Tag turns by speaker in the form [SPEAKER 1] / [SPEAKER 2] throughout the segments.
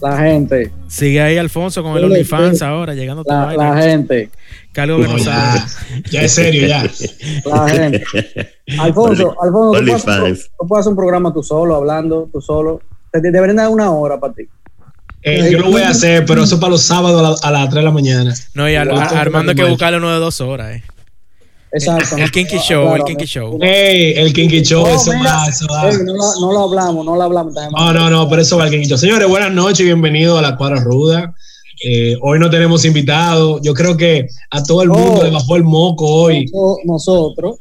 [SPEAKER 1] La gente.
[SPEAKER 2] Sigue ahí Alfonso con el
[SPEAKER 1] Yo le-
[SPEAKER 2] OnlyFans ahora, llegando a
[SPEAKER 1] La,
[SPEAKER 2] tu
[SPEAKER 1] la
[SPEAKER 2] vaina.
[SPEAKER 1] gente.
[SPEAKER 2] Que algo que no
[SPEAKER 3] No,
[SPEAKER 2] sabe.
[SPEAKER 3] ya, ya es serio, ya.
[SPEAKER 1] La gente. Alfonso, Alfonso,
[SPEAKER 4] Only-
[SPEAKER 1] tú puedes, hacer,
[SPEAKER 4] OnlyFans.
[SPEAKER 1] tú puedes hacer un programa tú solo, hablando, tú solo. Te, te deberían dar una hora para ti.
[SPEAKER 3] Eh, yo lo voy a hacer, pero eso para los sábados a, la- a las 3 de la mañana.
[SPEAKER 2] No, y Ar-
[SPEAKER 3] Igual,
[SPEAKER 2] Ar- Armando hay que
[SPEAKER 3] igual.
[SPEAKER 2] buscarle uno de dos horas, eh.
[SPEAKER 1] Exacto.
[SPEAKER 2] El Kinky Show, el Kinky Show.
[SPEAKER 3] Ey, el Kinky Show,
[SPEAKER 1] No,
[SPEAKER 3] eso
[SPEAKER 1] mira,
[SPEAKER 3] va, eso va.
[SPEAKER 1] ey, no, lo- no lo hablamos, no lo hablamos. esta semana.
[SPEAKER 3] No, no, no, pero eso va el Kinky Show. Señores, buenas noches y bienvenidos a la Cuadra Ruda. Eh, hoy no tenemos invitados. Yo creo que a todo el mundo
[SPEAKER 1] Oh.
[SPEAKER 3] le bajó el moco hoy.
[SPEAKER 1] Noso- Nosotros.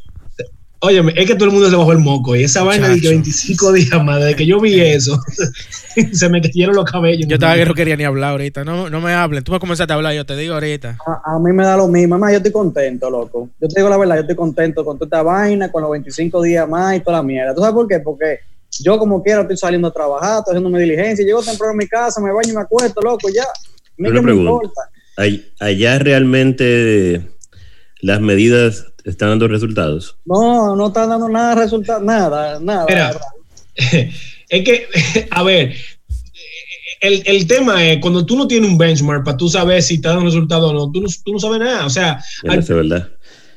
[SPEAKER 3] Óyeme, es que todo el mundo se bajó el moco. Y esa vaina de que
[SPEAKER 2] Muchacho. Eh.
[SPEAKER 3] 25 días más, desde que yo vi eso, se me cayeron los cabellos.
[SPEAKER 2] Yo estaba que no quería ni hablar ahorita. No, no me hablen. Tú me comenzaste a hablar, yo te digo ahorita.
[SPEAKER 1] A, a mí me da lo mismo. Además, yo estoy contento, loco. Yo te digo la verdad, yo estoy contento con toda esta vaina, con los 25 días más y toda la mierda. ¿Tú sabes por qué? Porque yo, como quiera, estoy saliendo a trabajar, estoy haciendo mi diligencia. Llego temprano a mi casa, me baño y me acuesto, loco, ya. A mí
[SPEAKER 4] Una
[SPEAKER 1] que me
[SPEAKER 4] pregunta.
[SPEAKER 1] importa.
[SPEAKER 4] Ay- Allá realmente eh, las medidas están dando resultados.
[SPEAKER 1] No, no está dando nada de resultado, nada, nada.
[SPEAKER 3] Mira, es que, a ver, el, el tema es cuando tú no tienes un benchmark para tú saber si te da un resultado o no, tú no, tú no sabes nada. O sea,
[SPEAKER 4] Ya no sé, ¿verdad?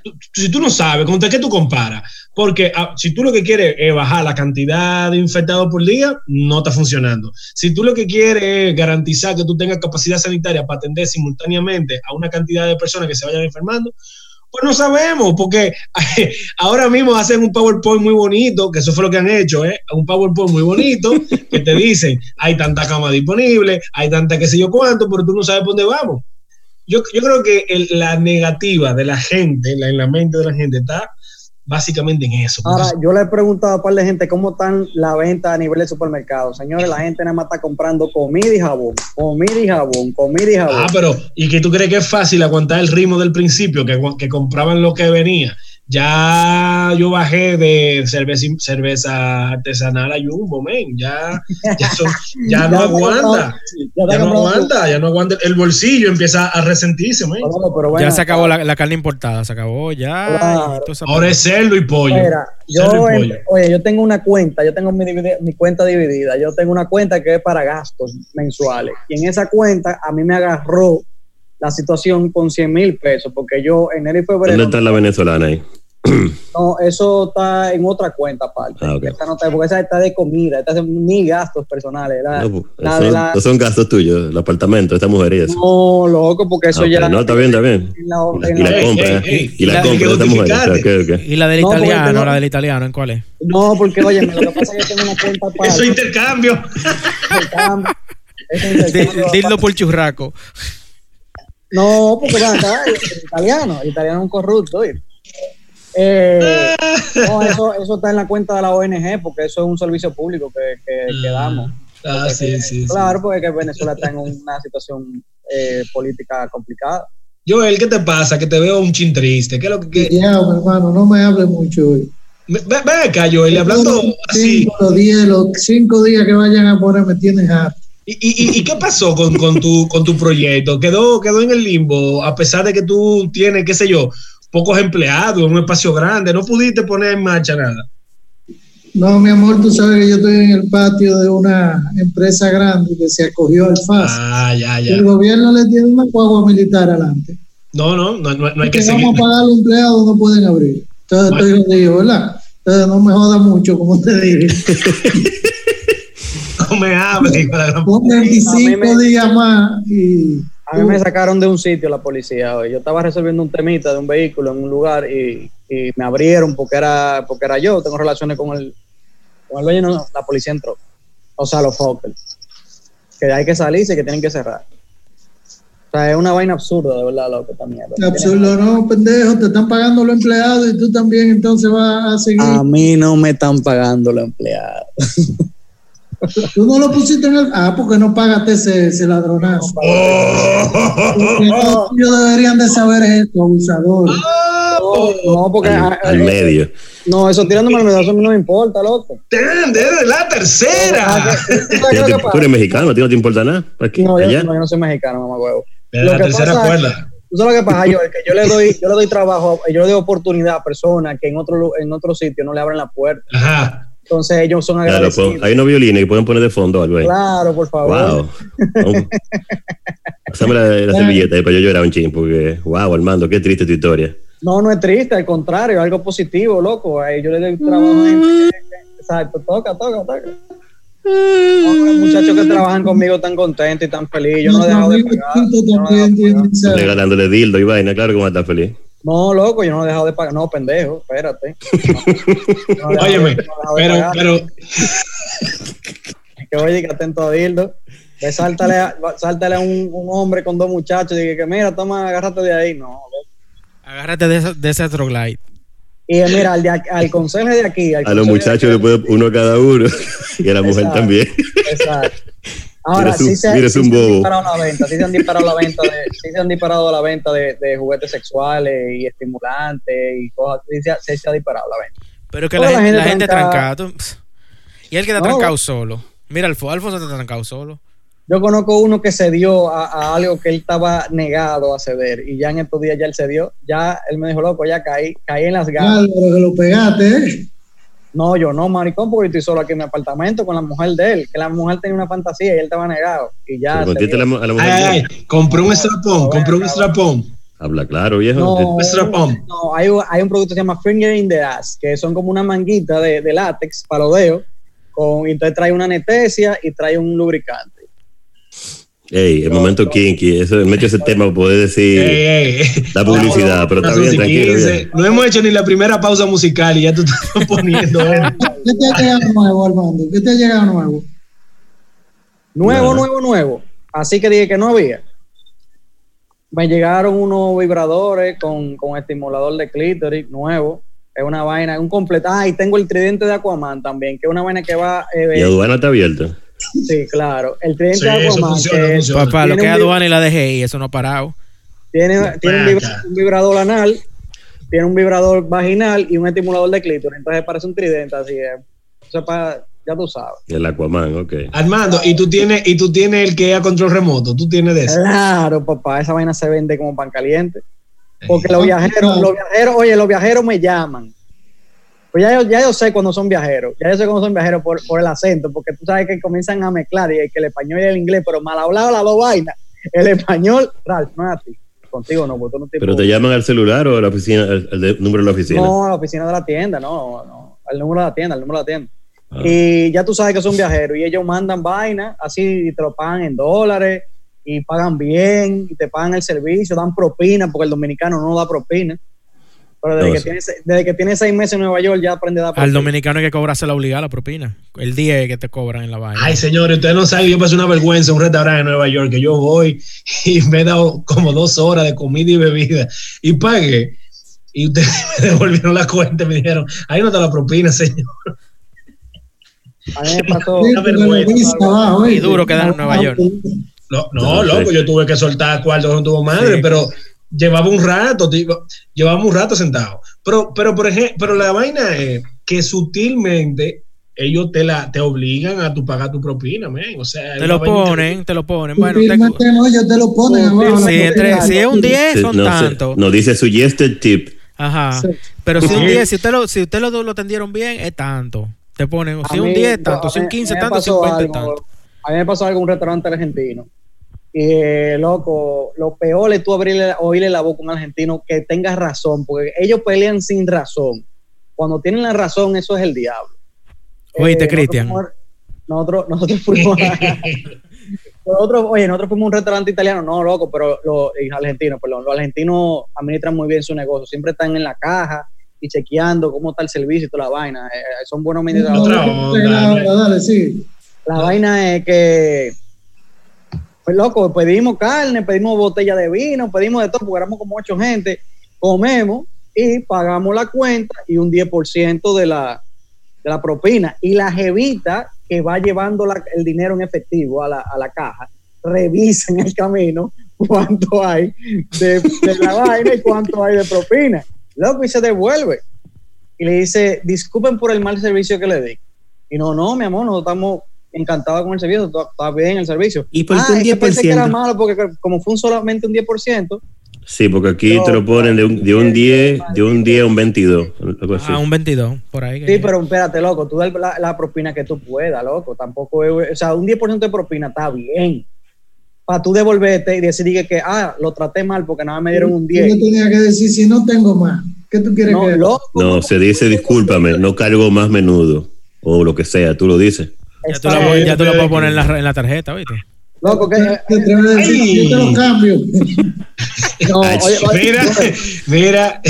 [SPEAKER 3] tú- si tú no sabes, ¿contra qué tú comparas? Porque ah, si tú lo que quieres es bajar la cantidad de infectados por día, no está funcionando. Si tú lo que quieres es garantizar que tú tengas capacidad sanitaria para atender simultáneamente a una cantidad de personas que se vayan enfermando, pues no sabemos, porque ahora mismo hacen un PowerPoint muy bonito, que eso fue lo que han hecho, ¿eh? Un PowerPoint muy bonito, que te dicen, hay tanta cama disponible, hay tanta qué sé yo cuánto, pero tú no sabes por dónde vamos yo, yo creo que el- la negativa de la gente, la, en la mente de la gente, está básicamente en eso.
[SPEAKER 1] Ahora,
[SPEAKER 3] Entonces,
[SPEAKER 1] yo le he preguntado a un par de gente cómo están la venta a nivel de supermercado. Señores, la gente nada más está comprando comida y jabón, comida y jabón, comida y jabón.
[SPEAKER 3] ah, pero, ¿y que tú crees que es fácil aguantar el ritmo del principio, que, agu- que compraban lo que venía? Ya yo bajé de cerveza, cerveza artesanal a Jumbo, men. Ya, ya, eso- ya no
[SPEAKER 1] te comprado-
[SPEAKER 3] aguanta.
[SPEAKER 1] ya te
[SPEAKER 3] Ya no
[SPEAKER 1] comprado-
[SPEAKER 3] aguanta, ya no aguanta. El bolsillo empieza a resentirse, men.
[SPEAKER 1] Claro, pero bueno,
[SPEAKER 2] Ya se acabó la, la carne importada, se acabó ya.
[SPEAKER 1] Claro.
[SPEAKER 2] y toda esa-
[SPEAKER 3] Ahora es cerdo y pollo.
[SPEAKER 1] Mira,
[SPEAKER 3] Cerdo
[SPEAKER 1] yo,
[SPEAKER 3] y
[SPEAKER 1] en-
[SPEAKER 3] pollo.
[SPEAKER 1] oye, yo tengo una cuenta, yo tengo mi, divide- mi cuenta dividida, yo tengo una cuenta que es para gastos mensuales. Y en esa cuenta a mí me agarró la situación con 100 mil pesos, porque yo en enero y
[SPEAKER 4] ¿Dónde
[SPEAKER 1] febrero
[SPEAKER 4] está la venezolana ahí?
[SPEAKER 1] No, eso está en otra cuenta aparte.
[SPEAKER 4] Ah, ok.
[SPEAKER 1] Esta no está, porque esa está de comida, esta es de ni gastos personales. La,
[SPEAKER 4] No, pues,
[SPEAKER 1] la
[SPEAKER 4] eso
[SPEAKER 1] de
[SPEAKER 4] no-
[SPEAKER 1] la-
[SPEAKER 4] no son gastos tuyos, el apartamento, esta mujer y eso.
[SPEAKER 1] no, loco, porque eso
[SPEAKER 4] Ah,
[SPEAKER 1] ya.
[SPEAKER 4] ok, No, está bien, está bien.
[SPEAKER 1] en la-
[SPEAKER 4] Y la,
[SPEAKER 1] en
[SPEAKER 4] y la
[SPEAKER 1] la-
[SPEAKER 3] Ey,
[SPEAKER 4] compra,
[SPEAKER 3] ey,
[SPEAKER 4] ¿eh?
[SPEAKER 3] ey.
[SPEAKER 4] y la
[SPEAKER 3] Hay que
[SPEAKER 4] compra de esta mujer. o sea, que- que-
[SPEAKER 2] Y la del
[SPEAKER 1] No, porque
[SPEAKER 2] italiano,
[SPEAKER 1] no-
[SPEAKER 2] la del italiano, ¿en cuál es?
[SPEAKER 1] no, porque oye, lo que pasa es que tengo una cuenta aparte.
[SPEAKER 3] Eso es intercambio.
[SPEAKER 1] intercambio, es intercambio
[SPEAKER 2] Dil- Dildo por churraco.
[SPEAKER 1] No, porque ven acá, el el italiano, el italiano es un corrupto. oye. Eh, no, eso, eso está en la cuenta de la ONG, porque eso es un servicio público que, que, que damos.
[SPEAKER 3] Ah, sí,
[SPEAKER 1] Porque,
[SPEAKER 3] sí, sí.
[SPEAKER 1] Claro, porque es que Venezuela está en una situación eh, política complicada.
[SPEAKER 3] Joel, ¿qué te pasa? Que te veo un chin triste. ¿Qué es lo que.? que-
[SPEAKER 5] Diablo, hermano, no me hable mucho hoy.
[SPEAKER 3] Ve- Ven acá, Joel, y hablando así.
[SPEAKER 5] Cinco, los, diez, los cinco días que vayan a poner me tienen harto.
[SPEAKER 3] ¿Y, y, y- y qué pasó con, con tu, con tu proyecto? ¿Quedó, ¿Quedó en el limbo? A pesar de que tú tienes, qué sé yo, pocos empleados, un espacio grande, no pudiste poner en marcha nada.
[SPEAKER 5] No, mi amor, tú sabes que yo estoy en el patio de una empresa grande que se acogió al FAS.
[SPEAKER 3] Ah, ya, ya.
[SPEAKER 5] El gobierno le tiene una guagua militar adelante.
[SPEAKER 3] No, no, no, no- no hay que
[SPEAKER 5] que
[SPEAKER 3] seguir.
[SPEAKER 5] vamos a pagar a los empleados, no pueden abrir. Entonces estoy jodido, ¿verdad? Entonces no me joda mucho, como te dije.
[SPEAKER 3] No me hables, hijo de la-
[SPEAKER 5] Pon
[SPEAKER 1] A mí
[SPEAKER 5] 25
[SPEAKER 1] me-
[SPEAKER 5] días más y.
[SPEAKER 1] A mí me sacaron de un sitio la policía hoy. Yo estaba resolviendo un temita de un vehículo en un lugar y, y me abrieron porque era porque era yo. Tengo relaciones con el, con el dueño. y no, la policía entró. O sea, los Fokker. Que hay que salirse y que tienen que cerrar. O sea, es una vaina absurda, de verdad, loco, esta mierda.
[SPEAKER 5] Absurdo, no, pendejo, te están pagando los empleados y tú también entonces vas a seguir.
[SPEAKER 1] A mí no me están pagando los empleados.
[SPEAKER 5] Tú no lo pusiste en el. Ah, porque no pagaste ese, ese ladronazo. Porque no, ellos deberían de saber esto, abusador.
[SPEAKER 1] Ah. No, no, porque. ah, eh,
[SPEAKER 4] al, al medio.
[SPEAKER 1] No, eso tirándome al medio, eso a mí no me importa, loco.
[SPEAKER 3] Ten, de la tercera.
[SPEAKER 1] Ah, que- ¿tú sabes qué es
[SPEAKER 4] Fíjate,
[SPEAKER 1] lo que
[SPEAKER 4] tú eres mexicano, a ti no te importa nada. Aquí,
[SPEAKER 1] No, yo,
[SPEAKER 4] allá.
[SPEAKER 1] no, yo no soy mexicano, mamá huevo.
[SPEAKER 3] De
[SPEAKER 1] Lo
[SPEAKER 3] la
[SPEAKER 1] que
[SPEAKER 3] tercera
[SPEAKER 1] pasa es-
[SPEAKER 3] cuerda.
[SPEAKER 1] Tú sabes lo que pasa, yo, que yo le doy, yo le doy trabajo, yo le doy oportunidad a personas que en otro lu- en otro sitio no le abren la puerta.
[SPEAKER 3] Ajá.
[SPEAKER 1] Entonces ellos son
[SPEAKER 4] Claro, pues,
[SPEAKER 1] agradecidos.
[SPEAKER 4] pon- hay unos violines que pueden poner de fondo algo ahí.
[SPEAKER 1] Claro, por favor.
[SPEAKER 4] Wow. Un- Pásame la, la servilleta ahí para yo llorar un chin, porque, wow, Armando, qué triste tu historia.
[SPEAKER 1] No, no es triste, al contrario, algo positivo, loco. Ahí yo le doy trabajo a gente. que- Exacto, toca, toca, toca. No, los muchachos que trabajan conmigo están contentos y tan felices. Yo no he
[SPEAKER 5] Nuestro
[SPEAKER 1] dejado de
[SPEAKER 5] amigo
[SPEAKER 1] pagar.
[SPEAKER 5] Tito
[SPEAKER 1] yo no he dejado
[SPEAKER 5] también
[SPEAKER 1] de
[SPEAKER 5] tiene
[SPEAKER 1] pagar.
[SPEAKER 5] esa-
[SPEAKER 4] Regalándole dildo y vaina, claro que vas a estar feliz.
[SPEAKER 1] No, loco, yo no he dejado de pagar. No, pendejo, espérate. No, no he dejado de-
[SPEAKER 3] Óyeme,
[SPEAKER 1] no he dejado de
[SPEAKER 3] pero,
[SPEAKER 1] pagar.
[SPEAKER 3] pero
[SPEAKER 1] que oye, que atento a Dildo. Ve, sáltale a, va- sáltale a un, un hombre con dos muchachos y dije que mira, toma, agárrate de ahí. No, loco.
[SPEAKER 2] Agárrate de, esa- de ese Astroglide.
[SPEAKER 1] Y eh, mira, al, de ac- al consejo de aquí. al
[SPEAKER 4] A los
[SPEAKER 1] conserje de
[SPEAKER 4] muchachos
[SPEAKER 1] aquí-
[SPEAKER 4] le puede uno a cada uno y a la mujer
[SPEAKER 1] Exacto.
[SPEAKER 4] también.
[SPEAKER 1] Exacto. Ahora,
[SPEAKER 4] Mira, es un-
[SPEAKER 1] sí, se,
[SPEAKER 4] mira, es
[SPEAKER 1] sí
[SPEAKER 4] un
[SPEAKER 1] se han
[SPEAKER 4] bobo.
[SPEAKER 1] disparado la venta, sí se han disparado la venta, de, sí se han disparado la venta de, de juguetes sexuales y estimulantes y cosas, sí se, ha- sí se ha disparado la venta.
[SPEAKER 2] Pero que
[SPEAKER 1] Toda
[SPEAKER 2] la,
[SPEAKER 1] la
[SPEAKER 2] gente,
[SPEAKER 1] gente
[SPEAKER 2] la gente
[SPEAKER 1] trancada.
[SPEAKER 2] trancada. tú, pss. Y él queda
[SPEAKER 1] No,
[SPEAKER 2] trancado solo. Mira, Alfo- Alfonso está trancado solo.
[SPEAKER 1] Yo conozco uno que se dio a, a algo que él estaba negado a ceder y ya en estos días ya él se dio, ya él me dijo, loco, ya caí, caí en las ganas.
[SPEAKER 5] Álvaro, que lo pegaste, ¿eh?
[SPEAKER 1] No, yo no, maricón, porque yo estoy solo aquí en mi apartamento con la mujer de él, que la mujer tenía una fantasía y él estaba negado y ya...
[SPEAKER 4] Pero
[SPEAKER 1] se
[SPEAKER 4] conteste a
[SPEAKER 1] dio.
[SPEAKER 4] la, mu- a la mujer.
[SPEAKER 3] ay, ay, ay, compré un estrapón, compré un estrapón.
[SPEAKER 4] Habla claro, viejo.
[SPEAKER 1] No,
[SPEAKER 3] Un estrapón.
[SPEAKER 1] No, hay, un- hay un producto que se llama Finger in the Ass, que son como una manguita de, de látex para los dedos, con, y entonces trae una anestesia y trae un lubricante.
[SPEAKER 4] Ey, el momento kinky. Eso, me he hecho ese tema para poder decir
[SPEAKER 3] Ey, ey, ey.
[SPEAKER 4] la publicidad, pero
[SPEAKER 3] Las
[SPEAKER 4] está
[SPEAKER 3] 11
[SPEAKER 4] bien,
[SPEAKER 3] y
[SPEAKER 4] tranquilo.
[SPEAKER 3] 15.
[SPEAKER 4] bien.
[SPEAKER 3] No hemos hecho ni la primera pausa musical y ya tú estás poniendo. eh.
[SPEAKER 5] ¿Qué te ha
[SPEAKER 1] Ah.
[SPEAKER 5] llegado nuevo, Armando? ¿Qué te ha llegado nuevo?
[SPEAKER 1] Nuevo,
[SPEAKER 4] Ajá.
[SPEAKER 1] nuevo, nuevo. Así que dije que no había. Me llegaron unos vibradores con, con estimulador de clítoris nuevo. Es una vaina, un completo. Ah, y tengo el tridente de Aquaman también, que es una vaina que va. eh,
[SPEAKER 4] Y aduana está abierta.
[SPEAKER 1] sí, claro. El tridente
[SPEAKER 3] Sí,
[SPEAKER 1] de
[SPEAKER 3] eso
[SPEAKER 1] Aquaman.
[SPEAKER 3] funciona,
[SPEAKER 1] que es-
[SPEAKER 3] funciona.
[SPEAKER 2] Papá, lo
[SPEAKER 1] Tiene
[SPEAKER 2] que es
[SPEAKER 1] un-
[SPEAKER 2] aduana y la DGI, eso no ha parado.
[SPEAKER 1] Tiene, tiene un, vibra-
[SPEAKER 3] Placa.
[SPEAKER 1] un vibrador anal, tiene un vibrador vaginal y un estimulador de clítoris. Entonces parece un tridente, así es. Eso es para, ya tú sabes.
[SPEAKER 4] El Aquaman, ok.
[SPEAKER 3] Armando, y tú tienes, y tú tienes el que es a control remoto, tú tienes de ese.
[SPEAKER 1] Claro, papá, esa vaina se vende como pan caliente. Porque
[SPEAKER 3] Eh,
[SPEAKER 1] los viajeros, los viajeros, oye, los viajeros me llaman. Pues ya yo, ya yo sé cuando son viajeros, ya yo sé cuando son viajeros por, por el acento, porque tú sabes que comienzan a mezclar y que el español y el inglés, pero mal hablado las dos vainas. El español, Ralph, no es a ti. Contigo no, porque tú no tienes.
[SPEAKER 4] Pero te llaman al celular o a la oficina, al, al de- número de la oficina.
[SPEAKER 1] No, a la oficina de la tienda, no, no, al número de la tienda, al número de la tienda.
[SPEAKER 4] Ah.
[SPEAKER 1] Y ya tú sabes que son viajeros y ellos mandan vaina, así y te lo pagan en dólares y pagan bien y te pagan el servicio, dan propina, porque el dominicano no da propina. Pero desde,
[SPEAKER 4] No,
[SPEAKER 1] que,
[SPEAKER 4] sí.
[SPEAKER 1] tiene, se- desde que tiene seis meses en Nueva York ya aprende a dar
[SPEAKER 2] Al
[SPEAKER 1] propina.
[SPEAKER 2] dominicano hay que cobrarse la obligada la propina. El 10 que te cobran en la vaina.
[SPEAKER 3] Ay, señores, ustedes no saben, yo pasé una vergüenza en un restaurante en Nueva York que yo voy y me he dado como dos horas de comida y bebida y pagué. Y ustedes me devolvieron la cuenta y me dijeron, ahí no está la propina, señor.
[SPEAKER 1] A mí me pasó,
[SPEAKER 5] Sí,
[SPEAKER 3] Una
[SPEAKER 5] porque
[SPEAKER 3] vergüenza,
[SPEAKER 5] la visa va, oye.
[SPEAKER 2] Y duro quedar en Nueva York.
[SPEAKER 3] No, no,
[SPEAKER 4] No, sí.
[SPEAKER 3] loco, yo tuve que soltar cuartos no tuvo madre,
[SPEAKER 2] Sí.
[SPEAKER 3] pero llevaba un rato, digo, llevaba un rato sentado. Pero, pero, por ejemplo, pero la vaina es que sutilmente ellos te la, te obligan a tu pagar tu propina, men. O sea,
[SPEAKER 2] Te lo
[SPEAKER 3] una vaina interesante.
[SPEAKER 2] ponen, te lo ponen.
[SPEAKER 5] Bueno,
[SPEAKER 2] Bueno, te-
[SPEAKER 1] este
[SPEAKER 5] no, ellos te lo ponen
[SPEAKER 1] Sí,
[SPEAKER 5] abajo.
[SPEAKER 2] si,
[SPEAKER 5] la
[SPEAKER 2] es tres-
[SPEAKER 5] propina.
[SPEAKER 2] si es un 10,
[SPEAKER 4] Sí,
[SPEAKER 2] son
[SPEAKER 4] no, sé,
[SPEAKER 2] tantos.
[SPEAKER 4] no, dice suggested tip.
[SPEAKER 2] Ajá.
[SPEAKER 5] Sí.
[SPEAKER 2] Pero si un
[SPEAKER 3] Sí.
[SPEAKER 2] 10, si usted lo, si usted lo, lo tendieron bien, es tanto. Te ponen,
[SPEAKER 1] A
[SPEAKER 2] si un
[SPEAKER 1] mí,
[SPEAKER 2] 10,
[SPEAKER 1] no,
[SPEAKER 2] tanto,
[SPEAKER 1] a
[SPEAKER 2] si un
[SPEAKER 1] mí-
[SPEAKER 2] 15,
[SPEAKER 1] a mí me
[SPEAKER 2] tanto, si
[SPEAKER 1] pasó
[SPEAKER 2] un 20,
[SPEAKER 1] algo,
[SPEAKER 2] tanto.
[SPEAKER 1] A mí me pasó algo en un restaurante argentino. Y eh, loco, lo peor es tú abrirle, oírle la boca a un argentino que tenga razón, porque ellos pelean sin razón. Cuando tienen la razón, eso es el diablo. Eh,
[SPEAKER 2] Oíste,
[SPEAKER 1] nosotros
[SPEAKER 2] Cristian.
[SPEAKER 1] fuimos- Nosotros, nosotros fuimos a- nosotros, oye, nosotros fuimos a un restaurante italiano, no, loco, pero los y argentinos, perdón, los argentinos administran muy bien su negocio, siempre están en la caja y chequeando cómo está el servicio y toda la vaina. eh, son buenos administradores.
[SPEAKER 3] Otra
[SPEAKER 5] No,
[SPEAKER 3] onda,
[SPEAKER 5] dale, dale, sí.
[SPEAKER 1] La vaina es que, pues loco, pedimos carne, pedimos botella de vino, pedimos de todo, porque éramos como ocho gente, comemos y pagamos la cuenta y un 10% de la, de la propina. Y la jevita que va llevando la- el dinero en efectivo a la, a la caja, revisa en el camino cuánto hay de, de la vaina y cuánto hay de propina. Loco, y se devuelve. Y le dice, disculpen por el mal servicio que le di. Y no, no, mi amor, nosotros estamos encantados con el servicio, está está bien el servicio.
[SPEAKER 6] ¿Y por qué
[SPEAKER 1] Ah,
[SPEAKER 6] un
[SPEAKER 1] es que pensé que era
[SPEAKER 6] 10%?
[SPEAKER 1] malo porque como fue un solamente un 10%,
[SPEAKER 4] Sí, porque aquí te lo ponen de un, de un 10, de un 10 a un 22. algo así.
[SPEAKER 2] Ah, un 22, por ahí.
[SPEAKER 1] Sí, pero espérate, loco, tú das la, la propina que tú puedas, loco. Tampoco es, o sea, un 10% de propina está bien. Para tú devolverte y decir que, que, ah, lo traté mal porque nada más me dieron un
[SPEAKER 5] Yo
[SPEAKER 1] 10.
[SPEAKER 5] tenía que decir si no tengo más. ¿Qué tú quieres
[SPEAKER 1] No,
[SPEAKER 5] que haga?
[SPEAKER 1] loco.
[SPEAKER 4] No, se dice discúlpame, no cargo más menudo. O lo que sea, tú lo dices.
[SPEAKER 2] Ya tú, la,
[SPEAKER 3] Está
[SPEAKER 2] ya tú la
[SPEAKER 3] bien.
[SPEAKER 2] puedes poner en la, en la tarjeta, ¿viste?
[SPEAKER 1] Loco, que.
[SPEAKER 5] Te atreves a decir,
[SPEAKER 3] Ay.
[SPEAKER 5] yo te lo cambio.
[SPEAKER 1] No,
[SPEAKER 4] Ay,
[SPEAKER 1] Oh, oye, oye,
[SPEAKER 3] Mira, mira,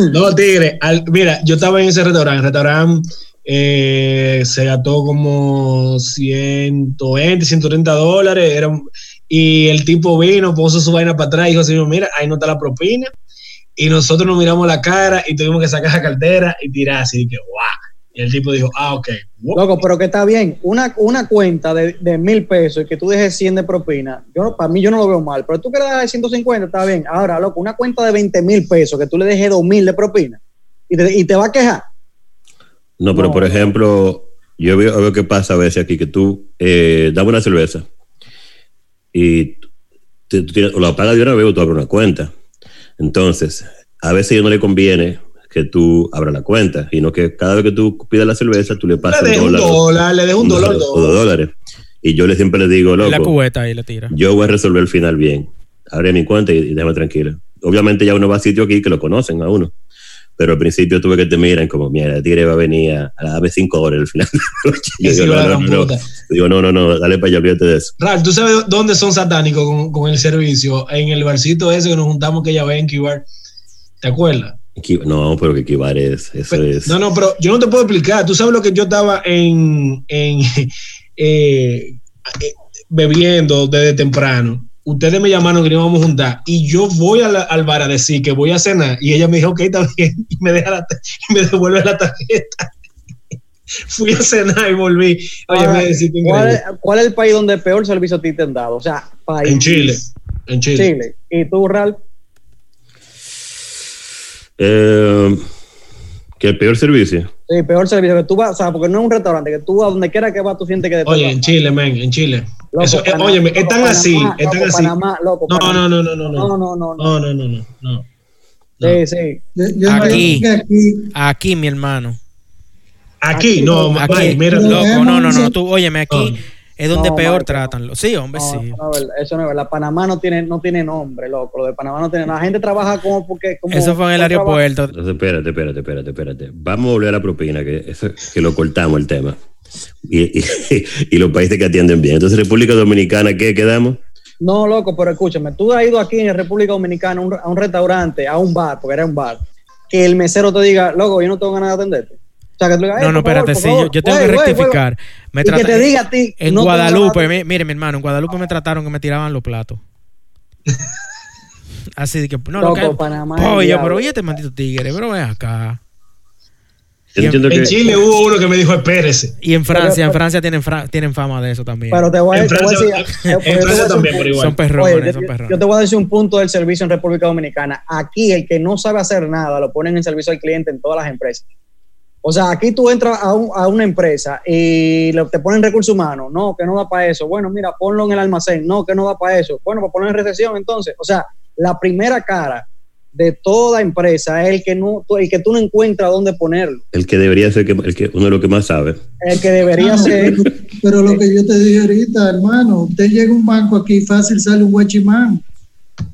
[SPEAKER 3] no, tigre. al- mira, yo estaba en ese restaurante. El restaurante eh, se gastó como 120, 130 dólares. Era un- y el tipo vino, puso su vaina para atrás y dijo así: Mira, ahí no está la propina. Y nosotros nos miramos la cara y tuvimos que sacar la cartera y tirar así. que, guau. Y el tipo dijo: Ah, ok. Guau.
[SPEAKER 1] Loco, pero que está bien. Una, una cuenta de, de mil pesos y que tú dejes 100 de propina, yo para mí yo no lo veo mal. Pero tú quieres dejar 150, está bien. Ahora, loco, una cuenta de 20 mil pesos que tú le dejes 2 mil de propina y te, y te va a quejar.
[SPEAKER 4] No, pero
[SPEAKER 1] No.
[SPEAKER 4] por ejemplo, yo veo algo que pasa a veces aquí, que tú eh, dame una cerveza y tú, tú tienes- o la pagas de una vez o tú abres una cuenta. Entonces, a veces a ellos no le conviene que tú abras la cuenta, sino que cada vez que tú pidas la cerveza, tú le pasas
[SPEAKER 3] Le
[SPEAKER 4] un
[SPEAKER 3] dejo un
[SPEAKER 4] dólar, o-
[SPEAKER 3] dólar, le dejo un dólar.
[SPEAKER 4] o dos
[SPEAKER 3] dos.
[SPEAKER 4] dólares. Y yo le siempre le digo,
[SPEAKER 2] En la
[SPEAKER 4] loco,
[SPEAKER 2] cubeta ahí la tira.
[SPEAKER 4] yo voy a resolver el final bien. Abre mi cuenta y, y déjame tranquilo. Obviamente ya uno va a sitio aquí que lo conocen a uno. Pero al principio tuve que te miran como, mira, el tigre va a venir a, a las 5 horas al final. de la noche". Yo
[SPEAKER 3] Ese hijo
[SPEAKER 4] digo,
[SPEAKER 3] de
[SPEAKER 4] no,
[SPEAKER 3] la
[SPEAKER 4] no,
[SPEAKER 3] gran
[SPEAKER 4] no,
[SPEAKER 3] puta.
[SPEAKER 4] no. Digo, no, no, no, dale para allá, olvídate de eso.
[SPEAKER 3] Ralph, ¿tú sabes dónde son satánicos con, con el servicio? En el barcito ese que nos juntamos que ya ven, Kibar. ¿Te acuerdas?
[SPEAKER 4] Ki- No, pero que Kibar es, eso
[SPEAKER 3] Pe-
[SPEAKER 4] es.
[SPEAKER 3] Pues, No, no, pero yo no te puedo explicar. Tú sabes lo que yo estaba en, en eh, eh, bebiendo desde temprano. Ustedes me llamaron que nos íbamos a juntar y yo voy a la- al bar a decir que voy a cenar y ella me dijo, ok, está bien, y me, deja la ta- y me devuelve la tarjeta. Fui a cenar y volví. Oye,
[SPEAKER 1] Ahora,
[SPEAKER 3] me decís que
[SPEAKER 1] ¿cuál,
[SPEAKER 3] increíble.
[SPEAKER 1] es- cuál es el país donde peor servicio a ti te han dado? O sea, país.
[SPEAKER 3] En Chile, en Chile.
[SPEAKER 1] Chile. ¿Y tú, Ralph?
[SPEAKER 4] Eh, que el peor servicio.
[SPEAKER 1] Sí, peor servicio que tú vas, o sea, porque no es un restaurante, que tú a donde quiera que vas, tú sientes que te
[SPEAKER 3] Oye,
[SPEAKER 1] tratan
[SPEAKER 3] en
[SPEAKER 1] mal.
[SPEAKER 3] Chile, men, en Chile.
[SPEAKER 1] Loco,
[SPEAKER 3] Eso, eh,
[SPEAKER 1] Panamá,
[SPEAKER 3] óyeme,
[SPEAKER 1] loco,
[SPEAKER 3] están
[SPEAKER 1] Panamá,
[SPEAKER 3] así,
[SPEAKER 1] loco,
[SPEAKER 3] están así.
[SPEAKER 1] Panamá, loco,
[SPEAKER 3] No,
[SPEAKER 1] Panamá.
[SPEAKER 3] no, no, no, no,
[SPEAKER 1] no,
[SPEAKER 3] no.
[SPEAKER 1] no, no, no.
[SPEAKER 3] No, no, no, no, no.
[SPEAKER 1] Sí, sí.
[SPEAKER 5] Yo, yo
[SPEAKER 2] Aquí.
[SPEAKER 5] creo que aquí
[SPEAKER 2] Aquí, mi hermano.
[SPEAKER 3] Aquí, no,
[SPEAKER 2] Aquí,
[SPEAKER 3] Mike, mira,
[SPEAKER 5] no.
[SPEAKER 2] loco, no, no, no. Tú, óyeme, aquí
[SPEAKER 3] No.
[SPEAKER 2] es donde
[SPEAKER 1] No,
[SPEAKER 2] peor
[SPEAKER 1] Marco, no.
[SPEAKER 2] tratan. lo- Sí, hombre,
[SPEAKER 1] No,
[SPEAKER 2] sí.
[SPEAKER 1] eso, no es verdad, eso no es verdad. Panamá no tiene, no tiene nombre, loco. Lo de Panamá no tiene. La gente trabaja como porque. Como,
[SPEAKER 2] Eso fue en el
[SPEAKER 1] como trabaja-
[SPEAKER 2] aeropuerto.
[SPEAKER 4] Entonces, espérate, espérate, espérate, espérate. Vamos a volver a la propina, que, eso, que lo cortamos el tema. Y, y- y los países que atienden bien. Entonces, República Dominicana, ¿qué quedamos?
[SPEAKER 1] No, loco, pero escúchame. Tú has ido aquí en República Dominicana a un, a un restaurante, a un bar, porque era un bar, que el mesero te diga, loco, yo no tengo ganas de atenderte. O sea, que tú digas, "Ey,
[SPEAKER 2] No, no,
[SPEAKER 1] por favor,
[SPEAKER 2] espérate,
[SPEAKER 1] por
[SPEAKER 2] sí,
[SPEAKER 1] favor,
[SPEAKER 2] yo, yo tengo
[SPEAKER 1] güey,
[SPEAKER 2] que
[SPEAKER 1] güey, güey".
[SPEAKER 2] rectificar. Me
[SPEAKER 1] Y que
[SPEAKER 2] trata-
[SPEAKER 1] te diga a ti.
[SPEAKER 2] En
[SPEAKER 1] "No tengo ganas de
[SPEAKER 2] Guadalupe, mi- mire, mi hermano, en Guadalupe me trataron que me tiraban los platos. Así de que, no,
[SPEAKER 1] Loco,
[SPEAKER 2] lo que.
[SPEAKER 1] Panamá es
[SPEAKER 2] Oye,
[SPEAKER 1] diablo.
[SPEAKER 2] pero oye, este maldito tigre, pero ven acá.
[SPEAKER 4] Yo
[SPEAKER 2] Y-
[SPEAKER 4] entiendo
[SPEAKER 3] En
[SPEAKER 4] que-
[SPEAKER 3] Chile hubo uno que me dijo, espérese.
[SPEAKER 2] Y en Francia, en Francia tienen, fra- tienen fama de eso también.
[SPEAKER 1] Pero te voy a
[SPEAKER 3] En
[SPEAKER 1] te voy a
[SPEAKER 3] Francia,
[SPEAKER 1] decir.
[SPEAKER 3] en
[SPEAKER 1] te voy a
[SPEAKER 3] Francia
[SPEAKER 1] decir un
[SPEAKER 3] también,
[SPEAKER 1] punto.
[SPEAKER 3] pero igual.
[SPEAKER 2] son perrones,
[SPEAKER 1] Oye, yo,
[SPEAKER 2] son
[SPEAKER 1] yo-
[SPEAKER 2] perrones.
[SPEAKER 1] yo te voy a decir un punto del servicio en República Dominicana. Aquí el que no sabe hacer nada lo ponen en servicio al cliente en todas las empresas. O sea, aquí tú entras a, un- a una empresa y lo- te ponen recursos humanos. No, que no da para eso. Bueno, mira, ponlo en el almacén. No, que no da para eso. Bueno, pues ponlo en recesión entonces. O sea, la primera cara de toda empresa es el que no, el que tú no encuentras dónde ponerlo.
[SPEAKER 4] el que debería ser que- el que, uno de los que más sabe.
[SPEAKER 1] El que debería
[SPEAKER 5] Ah,
[SPEAKER 1] ser.
[SPEAKER 5] Pero, pero lo que yo te dije ahorita, hermano, usted llega a un banco aquí fácil, sale un guachimán.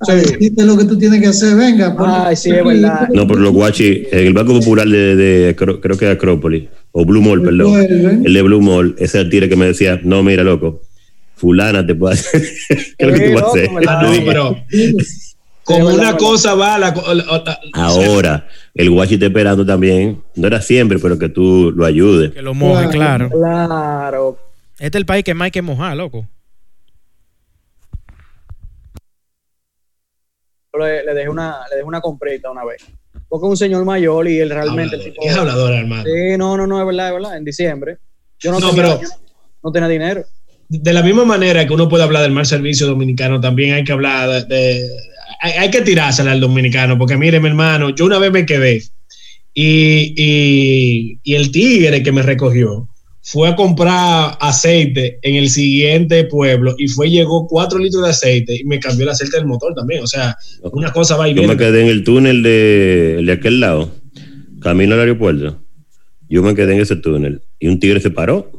[SPEAKER 5] A decirte lo que tú tienes que hacer, venga.
[SPEAKER 1] Ay, Ah, sí, es
[SPEAKER 5] porque-
[SPEAKER 1] verdad.
[SPEAKER 4] No, por los guachi, en el Banco Popular de, de- creo, creo que de Acrópolis, o Blue Mall, perdón.
[SPEAKER 5] Vuelve. ¿eh?
[SPEAKER 4] El de Blue Mall, ese tigre que me decía, no, mira, loco, fulana te puede hacer. ¿Qué es lo que
[SPEAKER 1] Sí,
[SPEAKER 4] tú vas a
[SPEAKER 1] Eh, loco,
[SPEAKER 4] hacer?
[SPEAKER 1] me la-
[SPEAKER 3] Ah,
[SPEAKER 4] Yo
[SPEAKER 3] no,
[SPEAKER 4] dije,
[SPEAKER 3] pero
[SPEAKER 1] Sí,
[SPEAKER 3] como
[SPEAKER 1] verdad,
[SPEAKER 3] una
[SPEAKER 1] verdad.
[SPEAKER 3] cosa va la, co- la- la-
[SPEAKER 4] Ahora, el guachi está esperando también, no era siempre, pero que tú lo ayudes.
[SPEAKER 2] que lo mojen, claro.
[SPEAKER 1] Claro,
[SPEAKER 2] Este es el país que más hay que mojar, loco.
[SPEAKER 1] le, le dejé una le dejé una comprita una vez porque es un señor mayor y él realmente el tipo
[SPEAKER 3] habladora, es habladora, hermano.
[SPEAKER 1] sí no no no es verdad es verdad en diciembre yo no,
[SPEAKER 3] No,
[SPEAKER 1] tenía,
[SPEAKER 3] pero-
[SPEAKER 1] yo no tenía dinero
[SPEAKER 3] De la misma manera que uno puede hablar del mal servicio dominicano, también hay que hablar de... de- hay, hay que tirársela al dominicano, porque mire, mi hermano, yo una vez me quedé y, y- y el tigre que me recogió fue a comprar aceite en el siguiente pueblo y fue, llegó cuatro litros de aceite y me cambió el aceite del motor también. O sea, una cosa va y
[SPEAKER 4] Yo me
[SPEAKER 3] viene.
[SPEAKER 4] quedé en el túnel de, el de aquel lado, camino al aeropuerto. Yo me quedé en ese túnel y un tigre se paró